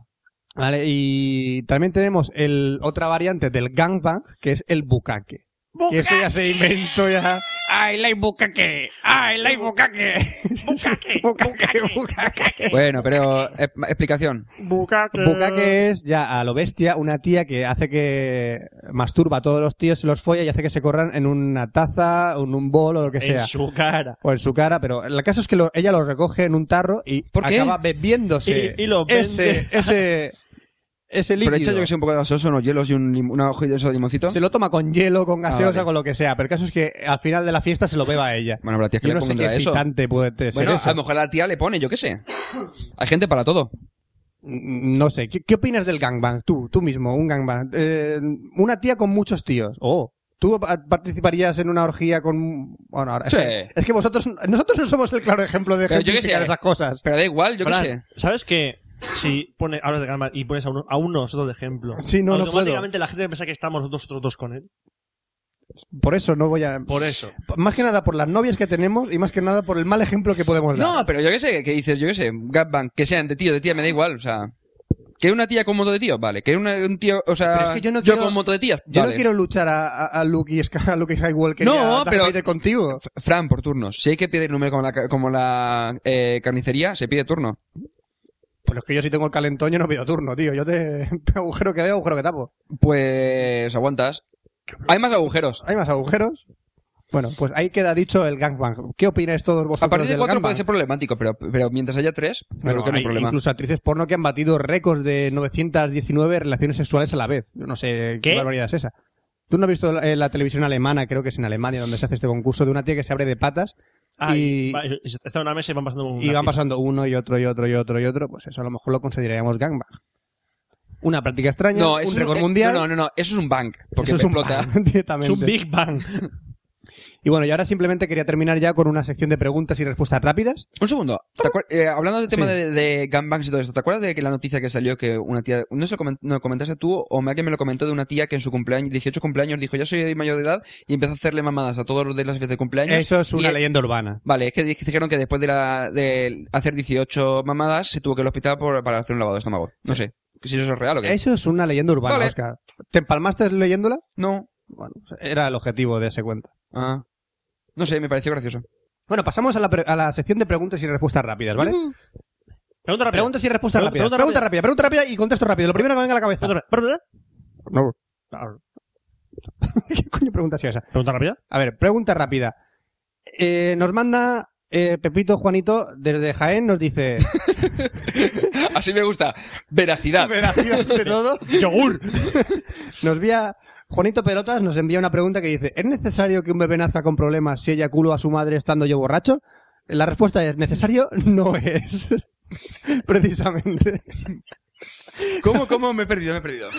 F: Vale, y también tenemos el otra variante del gangbang, que es el bucaque. Que esto ya se inventó ya. ¡Ay, la bucaque! ¡Ay, la bucaque! ¡Bucaque! ¡Bucaque! ¡Bucaque!
D: Bueno, pero... eh, explicación.
A: Bucaque.
F: Bucaque es ya a lo bestia una tía que hace que masturba a todos los tíos y los folla y hace que se corran en una taza, en un bol o lo que
A: En
F: sea.
A: su cara.
F: O en su cara, pero el caso es que lo- ella lo recoge en un tarro y
D: ¿Por qué?
F: acaba bebiéndose
A: Y- y lo
F: ese,
A: vende.
F: ese, ese líquido.
D: Pero echa yo que soy un poco gaseoso, unos hielos y un lim- una hojita de eso de limoncito.
F: Se lo toma con hielo, con gaseosa,
D: Ah, vale.
F: con lo que sea. Pero el caso es que al final de la fiesta se lo beba a ella.
D: Bueno, pero la tía que
F: Yo
D: le
F: no sé qué
D: pondrá eso.
F: excitante puede ser
D: Bueno,
F: eso.
D: a lo mejor la tía le pone, yo qué sé. Hay gente para todo.
F: Mm, No sé. ¿Qué, qué opinas del gangbang? Tú, tú mismo, un gangbang. Eh, una tía con muchos tíos. Oh. ¿Tú pa- participarías en una orgía con...? Bueno, ahora...
D: Sí.
F: Es que vosotros... Nosotros no somos el claro ejemplo de
D: Pero yo qué
F: ejemplificar
D: sé.
F: esas cosas.
D: Pero da igual, yo qué
A: Fran,
D: sé.
A: ¿Sabes que si pone, hablas de calma y pones a uno, a uno nosotros de ejemplo,
F: Sí, no, no puedo.
A: automáticamente la gente piensa que estamos nosotros dos con él?
F: Por eso no voy a...
A: Por eso.
F: Más que nada por las novias que tenemos y más que nada por el mal ejemplo que podemos dar.
D: No, pero yo qué sé, que dices, yo qué sé, Gatbang, que sean de tío, de tía, me da igual, o sea. ¿Que una tía con un montón de tíos? Vale. ¿Que una- un tío, o sea,
F: Pero es que yo no quiero-
D: con un montón de tías?
F: Yo no
D: Vale.
F: quiero luchar a, a, a Luke y Sky- a Luke Skywalker
D: No,
F: y a Darth
D: pero-
F: Vader contigo.
D: F- Fran, por turnos. Si hay que pedir número como la, ca- como la eh, carnicería, se pide turno.
F: Pues es que yo si tengo el calentón yo no pido turno, tío. Yo te agujero que veo, agujero que tapo.
D: Pues aguantas. Hay más agujeros.
F: ¿Hay más agujeros? Bueno, pues ahí queda dicho el gangbang. ¿Qué opináis todos vosotros
D: A partir de
F: del
D: cuatro
F: gangbang?
D: puede ser problemático, pero, pero mientras haya tres,
F: Bueno,
D: creo que no hay problema.
F: Incluso actrices porno que han batido récords de 919 relaciones sexuales a la vez. Yo no sé qué,
A: ¿Qué?
F: barbaridad es esa. ¿Tú no has visto la, eh, la televisión alemana, creo que es en Alemania, donde se hace este concurso de una tía que se abre de patas
A: Ah, y,
F: y-
A: va, y- y está en una mesa y van pasando un.
F: y van pasando uno y otro y otro y otro y otro, pues eso a lo mejor lo consideraríamos gangbang. Una práctica extraña,
D: No, eso
F: un
D: es
F: récord mundial.
D: No, no, no, eso es un bank. Porque
F: eso es un
D: explota.
F: bang,
A: Es
F: directamente.
A: un Big Bang.
F: Y bueno, y ahora simplemente quería terminar ya con una sección de preguntas y respuestas rápidas.
D: Un segundo. ¿Te acuer- eh, hablando del tema
F: Sí.
D: de, de gangbangs y todo esto, ¿te acuerdas de que la noticia que salió que una tía, no se lo comen- no, comentaste tú o alguien me lo comentó de una tía que en su cumpleaños, 18 cumpleaños, dijo ya soy mayor de edad y empezó a hacerle mamadas a todos los de las fiestas de cumpleaños?
F: Eso es una
D: Y-
F: leyenda urbana.
D: Vale, es que di- dijeron que después de, la, de hacer 18 mamadas se tuvo que ir al hospital por- para hacer un lavado de estómago. No sé. Si eso es real o qué.
F: Eso es una leyenda urbana,
D: Vale.
F: Oscar. ¿Te empalmaste leyéndola?
D: No.
F: Bueno, era el objetivo de ese cuento.
D: Ah. No sé, me pareció gracioso.
F: Bueno, pasamos a la, pre- a la sección de preguntas y respuestas rápidas, Pues ¿vale?
A: Pregunta rápida.
F: Preguntas y respuestas
A: Pregunta-
F: rápidas.
A: pregunta
F: Pregunta rápida, pregunta rápida y contesto rápido. Lo primero que venga a la cabeza.
A: Pregunta rápida. Pregunta rápida.
F: No. ¿Qué coño pregunta ha sido esa?
A: Pregunta rápida.
F: A ver, pregunta rápida. Eh, nos manda eh, Pepito Juanito desde Jaén, nos dice...
D: Así me gusta. Veracidad.
F: Veracidad de todo.
A: Yogur.
F: Nos envía... Juanito Pelotas nos envía una pregunta que dice ¿Es necesario que un bebé nazca con problemas si ella culo a su madre estando yo borracho? La respuesta es necesario no es. Precisamente.
D: ¿Cómo, cómo me he perdido? Me he perdido.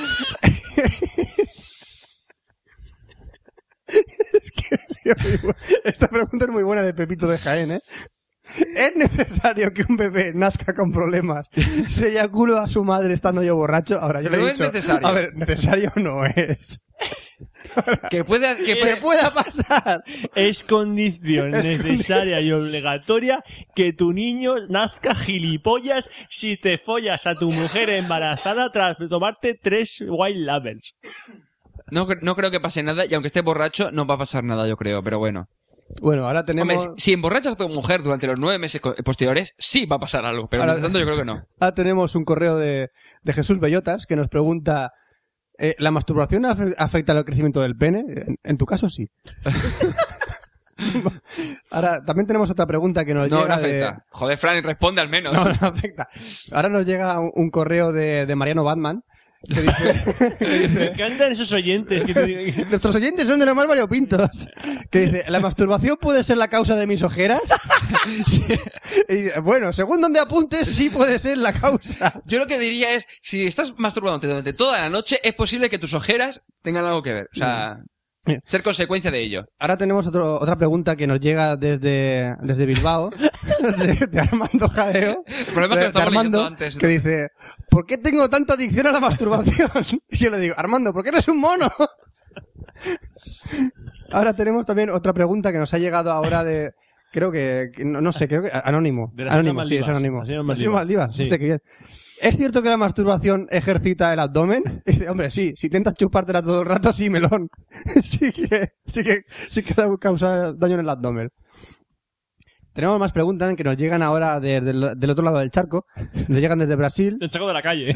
F: Tío, muy bu- Esta pregunta es muy buena de Pepito de Jaén, ¿eh? ¿Es necesario que un bebé nazca con problemas? ¿Se eyaculo a su madre estando yo borracho? Ahora, yo le
D: No
F: he
D: es
F: dicho...
D: necesario.
F: A ver, necesario no es.
D: Que puede, que
F: ¡Que
D: puede,
F: pueda pasar!
A: Es condición necesaria y obligatoria que tu niño nazca gilipollas si te follas a tu mujer embarazada tras tomarte tres white labels.
D: No, cre- no creo que pase nada y aunque esté borracho no va a pasar nada, yo creo, pero bueno.
F: Bueno, ahora
D: Hombre,
F: tenemos...
D: si- si emborrachas a tu mujer durante los nueve meses co- posteriores, sí va a pasar algo, pero
F: Ahora-
D: mientras tanto yo creo que no.
F: Ahora Ah, tenemos un correo de, de Jesús Bellotas que nos pregunta... eh, ¿La masturbación afe- afecta al crecimiento del pene? En, en tu caso, sí. Ahora, también tenemos otra pregunta que nos
D: No, no
F: llega de-
D: afecta. Joder, Fran, responde al menos.
F: No, no afecta. Ahora nos llega un, un correo de, de Mariano Batman que dice, que
A: Me
F: dice,
A: encantan esos oyentes que te dicen-
F: Nuestros oyentes son de los más variopintos. Que dice, ¿la masturbación puede ser la causa de mis ojeras? Sí. Y dice, bueno, según donde apuntes, sí puede ser la causa.
D: Yo lo que diría es, si estás masturbándote durante toda la noche, es posible que tus ojeras tengan algo que ver. O sea,
F: Mm.
D: ser consecuencia de ello.
F: Ahora tenemos otro- otra pregunta que nos llega desde, desde Bilbao, de, de Armando Jadeo.
D: El problema es que lo
F: de, de
D: estamos
F: Armando,
D: leyendo antes.
F: que dice, ¿por qué tengo tanta adicción a la masturbación? Y yo le digo, Armando, ¿por qué eres un mono? Ahora tenemos también otra pregunta que nos ha llegado ahora de, creo que, que no, no sé, creo que anónimo.
A: De la
F: anónimo,
A: señora
F: sí, es
A: Maldivas.
F: anónimo.
A: La señora
F: La señora
A: Maldivas,
F: Maldivas,
A: sí.
F: hostia, qué bien. ¿Es cierto que la masturbación ejercita el abdomen? Y dice, hombre, sí, si intentas chupártela todo el rato, sí, melón. sí que, sí que, sí que da- causa daño en el abdomen. Tenemos más preguntas que nos llegan ahora desde el- del otro lado del charco. Nos llegan desde Brasil.
A: el chaco de la calle.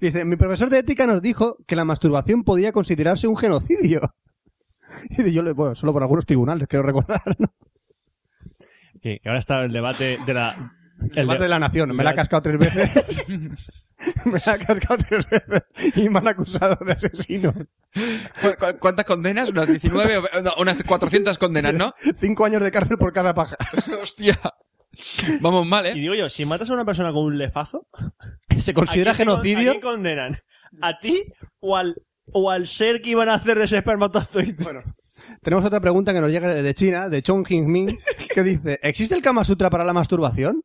F: Y dice, mi profesor de ética nos dijo que la masturbación podía considerarse un genocidio. Y dice, yo, le- bueno, solo por algunos tribunales, quiero recordar. ¿no?
A: Que ahora está el debate de la. El
F: El debate de la nación. Me la ha cascado tres veces. me la ha cascado tres veces. Y me han acusado de asesino.
D: ¿Cu- cu- ¿Cuántas condenas? ¿Unas 19 o no, unas 400 condenas, no?
F: Cinco años de cárcel por cada paja.
D: Hostia. Vamos mal,
A: Y
D: ¿eh?
A: digo yo, si matas a una persona con un lefazo.
F: ¿Se considera
A: ¿a quién te con-
F: genocidio?
A: ¿A quién condenan? ¿A ti o al, o al ser que iban a hacer de ese espermatozoide? Bueno,
F: Tenemos otra pregunta que nos llega de China, de Chong Hing Min, que dice, ¿existe el Kama Sutra para la masturbación?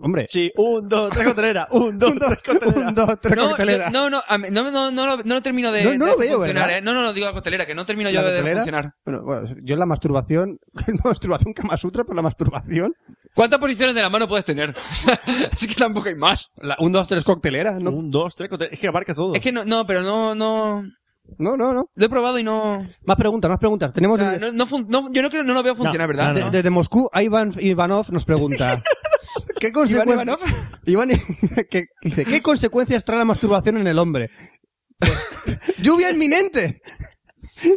F: Hombre,
A: sí, un, dos, tres cotelera. Un, dos,
F: un, dos,
A: tres cotelera.
F: un, dos, tres
D: No,
F: cocteleras.
D: yo- no, no, a mí- no, no, no, lo- no lo termino de,
F: No, no
D: de
F: lo veo,
D: funcionar,
F: ¿verdad?
D: ¿eh? No, no, no, digo la costelera, que no termino
F: ¿La
D: yo de
F: coctelera?
D: funcionar.
F: Bueno, bueno, yo la masturbación, la masturbación Kama Sutra para la masturbación,
D: ¿Cuántas posiciones de la mano puedes tener? O sea, es que tampoco hay más.
F: la- un, dos, tres cocteleras, no,
A: Un, dos, tres cotelera. Es que abarca todo.
D: Es que no, no, pero no, no.
F: no, no, no.
D: Lo he probado y no. o
F: Más preguntas, más preguntas. Tenemos
D: sea,
F: desde-
D: no, no fun- no- yo no creo, no lo veo funcionar,
A: No,
D: ¿verdad?
A: no,
F: de-
A: no.
F: desde Moscú, a Iván Ivanov nos pregunta. ¿Qué consecuencias?
D: Ivanov?
F: que, dice, ¿qué consecuencias trae la masturbación en el hombre? Lluvia inminente.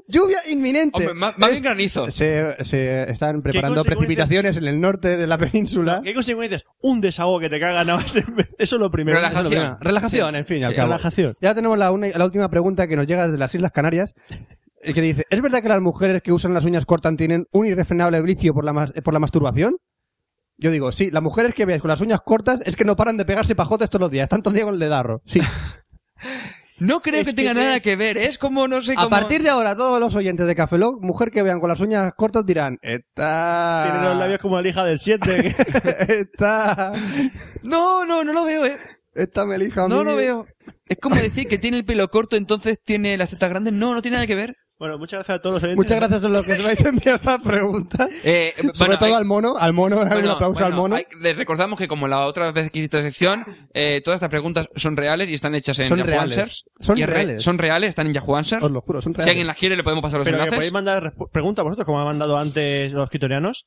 F: Lluvia inminente.
D: Hombre, más, más
F: Es-
D: bien granizo.
F: se, se están preparando
A: consecuencias?
F: precipitaciones en el norte de la península.
A: ¿Qué consecuencias? Un desahogo que te cagan a base de- Eso es lo primero.
D: Relaja- Relajación.
F: Eso es lo primero. Relajación,
D: Sí.
F: en fin, y al
D: Sí.
F: cabo.
A: Relajación.
F: Ya tenemos la, una- la última pregunta que nos llega desde las Islas Canarias El que dice, ¿es verdad que las mujeres que usan las uñas cortas tienen un irrefrenable vicio por la, mas- por la masturbación? Yo digo, sí, las mujeres que veas con las uñas cortas es que no paran de pegarse pajotes todos los días, están todo el día con el dedarro. Sí.
D: No creo
F: Es
D: que
F: que
D: tenga
F: te-
D: nada que ver, es como, no sé,
F: A
D: como...
F: partir de ahora, todos los oyentes de Café Lock, mujer que vean con las uñas cortas dirán, está...
A: Tiene los labios como la hija del 7.
F: está...
D: No, no, no lo veo, eh.
F: Esta me elija a
D: No
F: mí.
D: lo veo. Es como decir que tiene el pelo corto, entonces tiene las tetas grandes. No, no tiene nada que ver.
A: bueno, muchas gracias a todos los oyentes.
F: Muchas gracias a los que os vais a enviar estas preguntas.
D: Eh,
F: Sobre
D: bueno,
F: todo
D: hay-
F: al mono, al mono, un
D: bueno,
F: aplauso al
D: bueno,
F: mono.
D: hay- les recordamos que como la otra vez que hiciste la sección, eh, todas estas preguntas son reales y están hechas en
F: Son
D: Yahoo
F: reales.
D: Answers.
F: Son
D: Y re-
F: reales.
D: son reales, están en Yahoo Answers.
F: Os lo juro, son reales.
D: Si alguien las quiere, le podemos pasar los
A: Pero que
D: enlaces.
A: podéis mandar respu- preguntas vosotros, como han mandado antes los quitorianos.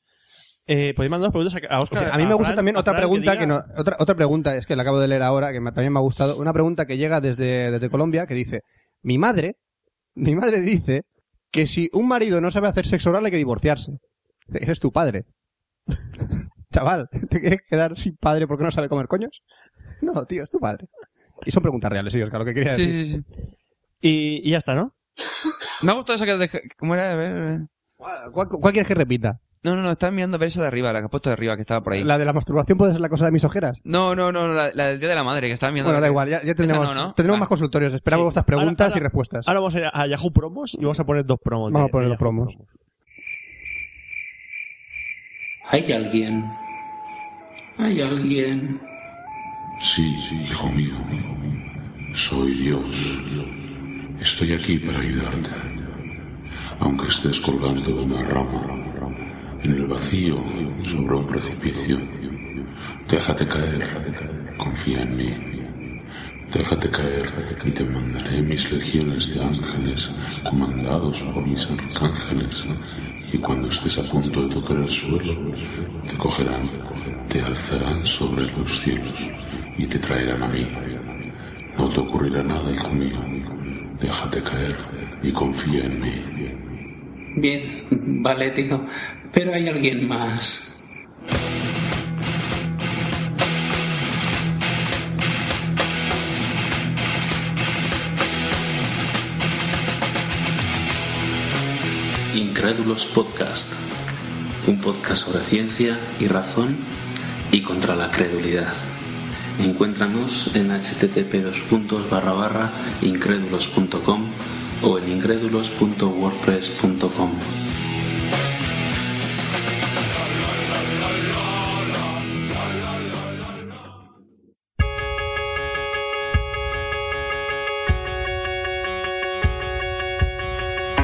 A: Eh, podéis mandar preguntas a, a Oscar.
F: a mí me gusta
A: Fran,
F: también
A: a
F: otra
A: Fran,
F: pregunta
A: diga-
F: que no, otra, otra pregunta es que la acabo de leer ahora que me- también me ha gustado una pregunta que llega desde, desde Colombia que dice mi madre mi madre dice que si un marido no sabe hacer sexo oral hay que divorciarse Dice, eres tu padre chaval te quieres quedar sin padre porque no sabe comer coños no tío es tu padre y son preguntas reales sí Oscar lo que quería
D: Sí,
F: decir
D: sí, sí.
A: Y, y ya está, ¿no?
D: Me ha gustado esa que... dej- ¿Cómo era? A ver, a ver.
F: ¿Cuál, cuál quieres que repita
D: No, no, no, estaba mirando a ver esa de arriba, la que has puesto de arriba, que estaba por ahí.
F: la de la masturbación puede ser la cosa de mis ojeras
D: No, no, no, la, la del Día de la Madre, que estaba mirando.
F: bueno
D: la
F: da
D: que-
F: igual ya, ya tendremos
D: no, ¿no?
F: tendremos
D: Vale.
F: más consultorios esperamos
A: Sí.
F: vuestras preguntas
A: Ahora-
F: y respuestas
A: Ahora vamos a, a Yahoo Promos y vamos a poner dos promos.
F: Vamos
A: de-
F: a poner
A: de
F: los
A: Yahoo
F: promos.
C: Hay alguien. Hay alguien.
K: Sí, sí, hijo mío. Soy Dios. Estoy aquí para ayudarte. Aunque estés colgando de una rama, en el vacío, sobre un precipicio, déjate caer, confía en mí. Déjate caer y te mandaré mis legiones de ángeles, comandados por mis arcángeles. Y cuando estés a punto de tocar el suelo, te cogerán, te alzarán sobre los cielos y te traerán a mí. No te ocurrirá nada, hijo mío. Déjate caer y confía en mí.
C: Bien, vale, tío. Pero hay alguien más. Incrédulos Podcast. Un podcast sobre ciencia y razón y contra la credulidad. Encuéntranos en http incrédulos.com o en incrédulos.wordpress.com.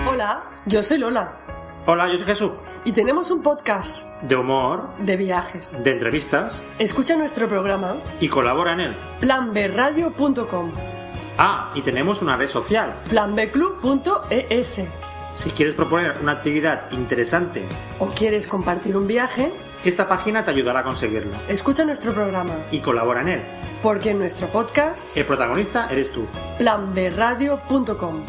H: Hola, yo soy Lola.
C: Hola, yo soy Jesús.
H: Y tenemos un podcast
C: De humor,
H: de viajes.
C: de entrevistas
H: Escucha nuestro programa
C: y colabora en él.
H: planberradio.com,
C: Ah, y tenemos una red social.
H: planbclub.es.
C: Si quieres proponer una actividad interesante,
H: ¿O quieres compartir un viaje?
C: esta página te ayudará a conseguirlo.
H: Escucha nuestro programa,
C: Y colabora en él.
H: porque en nuestro podcast
C: El protagonista eres tú.
H: planberradio.com.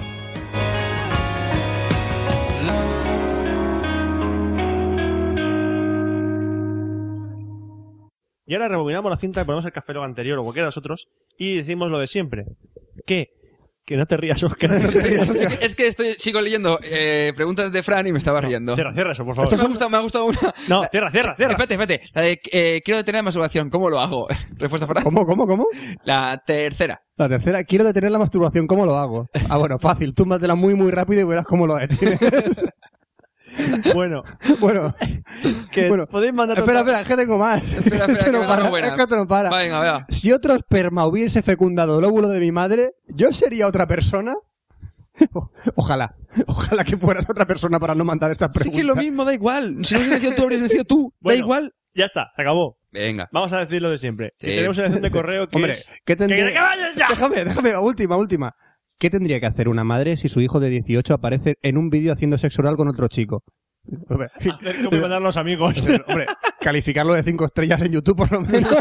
A: Y ahora rebobinamos la cinta, ponemos el café Lock anterior o cualquiera de nosotros y decimos lo de siempre. ¿Qué? Que no te rías, Oscar.
D: Es que estoy, sigo leyendo eh, preguntas de Fran y me estaba riendo.
A: cierra, cierra eso, por
D: Me ha
A: favor.
D: gustado, me ha gustado una.
A: No,
D: la-
A: cierra, cierra, cierra.
D: Espérate, espérate. La de, eh, quiero detener la masturbación. ¿Cómo lo hago? Respuesta Fran.
F: ¿Cómo, cómo, cómo?
D: La tercera.
F: La tercera, quiero detener la masturbación, ¿cómo lo hago? Ah, bueno, fácil, túmbatela muy, muy rápido y verás cómo lo detienes.
A: Bueno,
F: bueno,
A: que
F: bueno.
A: podéis mandar...
F: espera, espera, es que tengo más.
D: Espera, espera,
F: Esto
D: que
F: no
D: me da una
F: para,
D: buena.
F: es que esto no para.
D: Va, Venga, venga.
F: Si otro esperma hubiese fecundado el óvulo de mi madre, ¿yo sería otra persona? O- Ojalá, ojalá que fueras otra persona para no mandar estas
D: Sí
F: preguntas.
D: que es lo mismo, da igual. Si no hubieras nacido tú, habrías nacido tú.
A: Bueno.
D: Da igual.
A: Ya está, se acabó.
D: Venga.
A: Vamos a decir lo de siempre.
D: Sí.
A: Que tenemos una dirección de correo que
F: Hombre,
A: es...
F: ¿qué
A: ¡Que,
F: tendría...
A: que vayas ya!
F: Déjame, déjame, última, última. ¿Qué tendría que hacer una madre si su hijo de 18 aparece en un vídeo haciendo sexo oral con otro chico? Hombre,
A: Hacer como mandar los amigos.
F: Pero, hombre, calificarlo de cinco estrellas en YouTube por lo menos.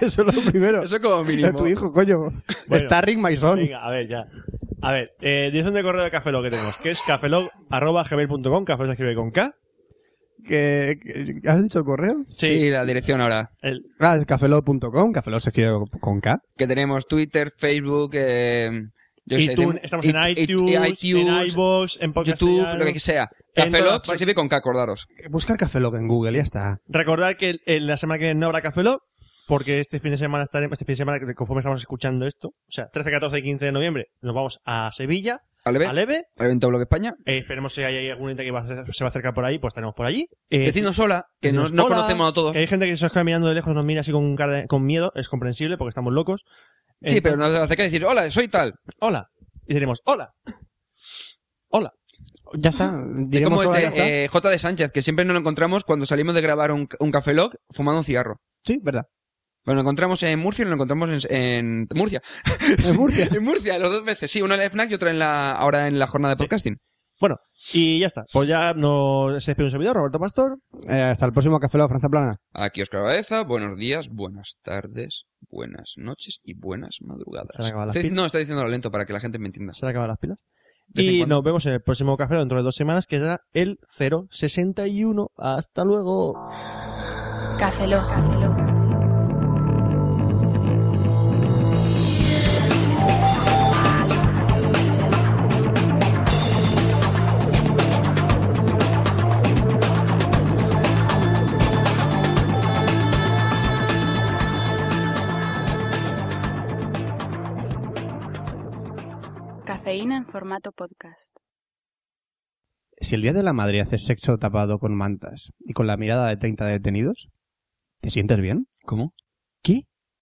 F: Eso es lo primero.
D: Eso como mínimo.
F: de tu hijo, coño. Está Rick Mason.
A: Venga, a ver, ya. A ver, eh, dirección de correo de Cafelog que tenemos, que es cafelog.gmail.com, café se escribe con K.
F: Que, que- ¿Has dicho el correo?
D: Sí, la dirección ahora.
A: El,
F: Ah, es cafelog.com, cafelog se escribe con K.
D: Que tenemos Twitter, Facebook, eh, Yo qué sé,
A: iTunes,
D: de-
A: estamos
D: it-
A: en
D: it-
A: iTunes, en
D: iTunes,
A: iVoox, en Podcast
D: YouTube,
A: Castellano.
D: lo que sea.
A: En
D: Café
A: todas
D: Lock se
A: partes.
D: escribe con K, acordaros.
F: Buscar Café Lock en Google, ya está.
A: Recordad que el- el- la semana que viene no habrá Café Lock, porque este fin de semana estaremos, este fin de semana, que conforme estamos escuchando esto, o sea, 13, 14 y 15 de noviembre, nos vamos a Sevilla,
D: ¿Vale?
A: a Leve,
D: Al evento Bloque España.
A: eh, esperemos si hay algún ente que va a ser- se va a acercar por ahí, pues estaremos por allí. Eh,
D: Decidnos hola, que no,
A: decidnos, eh,
D: no
A: "Hola".
D: conocemos a todos.
A: Que Hay gente que se os queda mirando de lejos, nos mira así con, cara de- con miedo, es comprensible porque estamos locos.
D: sí, pero
A: Entonces,
D: nos hace que decir, hola, soy tal.
A: Hola. Y diremos, hola. Hola.
F: Ya está.
D: Es
F: Diremos
D: como
F: hola,
D: este
F: ya está.
D: eh, J de Sánchez, que siempre nos lo encontramos cuando salimos de grabar un, un Café Lock fumando un cigarro.
F: Sí, verdad.
D: Bueno, Pues lo encontramos en Murcia y lo encontramos en, en Murcia.
F: En Murcia.
D: en Murcia, las dos veces. Sí, una en la FNAC y otra en la, ahora en la jornada de podcasting.
A: Bueno, y ya está. Pues ya nos se despide un servidor, Roberto Pastor.
F: Eh, hasta el próximo Café Lock, Franza Plana.
D: Aquí os Baeza, buenos días, buenas tardes, buenas noches y buenas madrugadas.
A: Se han acabado las
D: Estoy dic-
A: pil-
D: no, estoy diciéndolo lento para que la gente me entienda.
A: Se le acaban las pilas.
D: De vez en
A: Y
D: cuando.
A: nos vemos en el próximo café dentro de dos semanas, que será el 061. Hasta luego.
L: Café Lock. Cafeína en formato podcast.
F: Si el Día de la Madre haces sexo tapado con mantas y con la mirada de 30 detenidos, ¿te sientes bien?
D: ¿Cómo?
F: ¿Qué?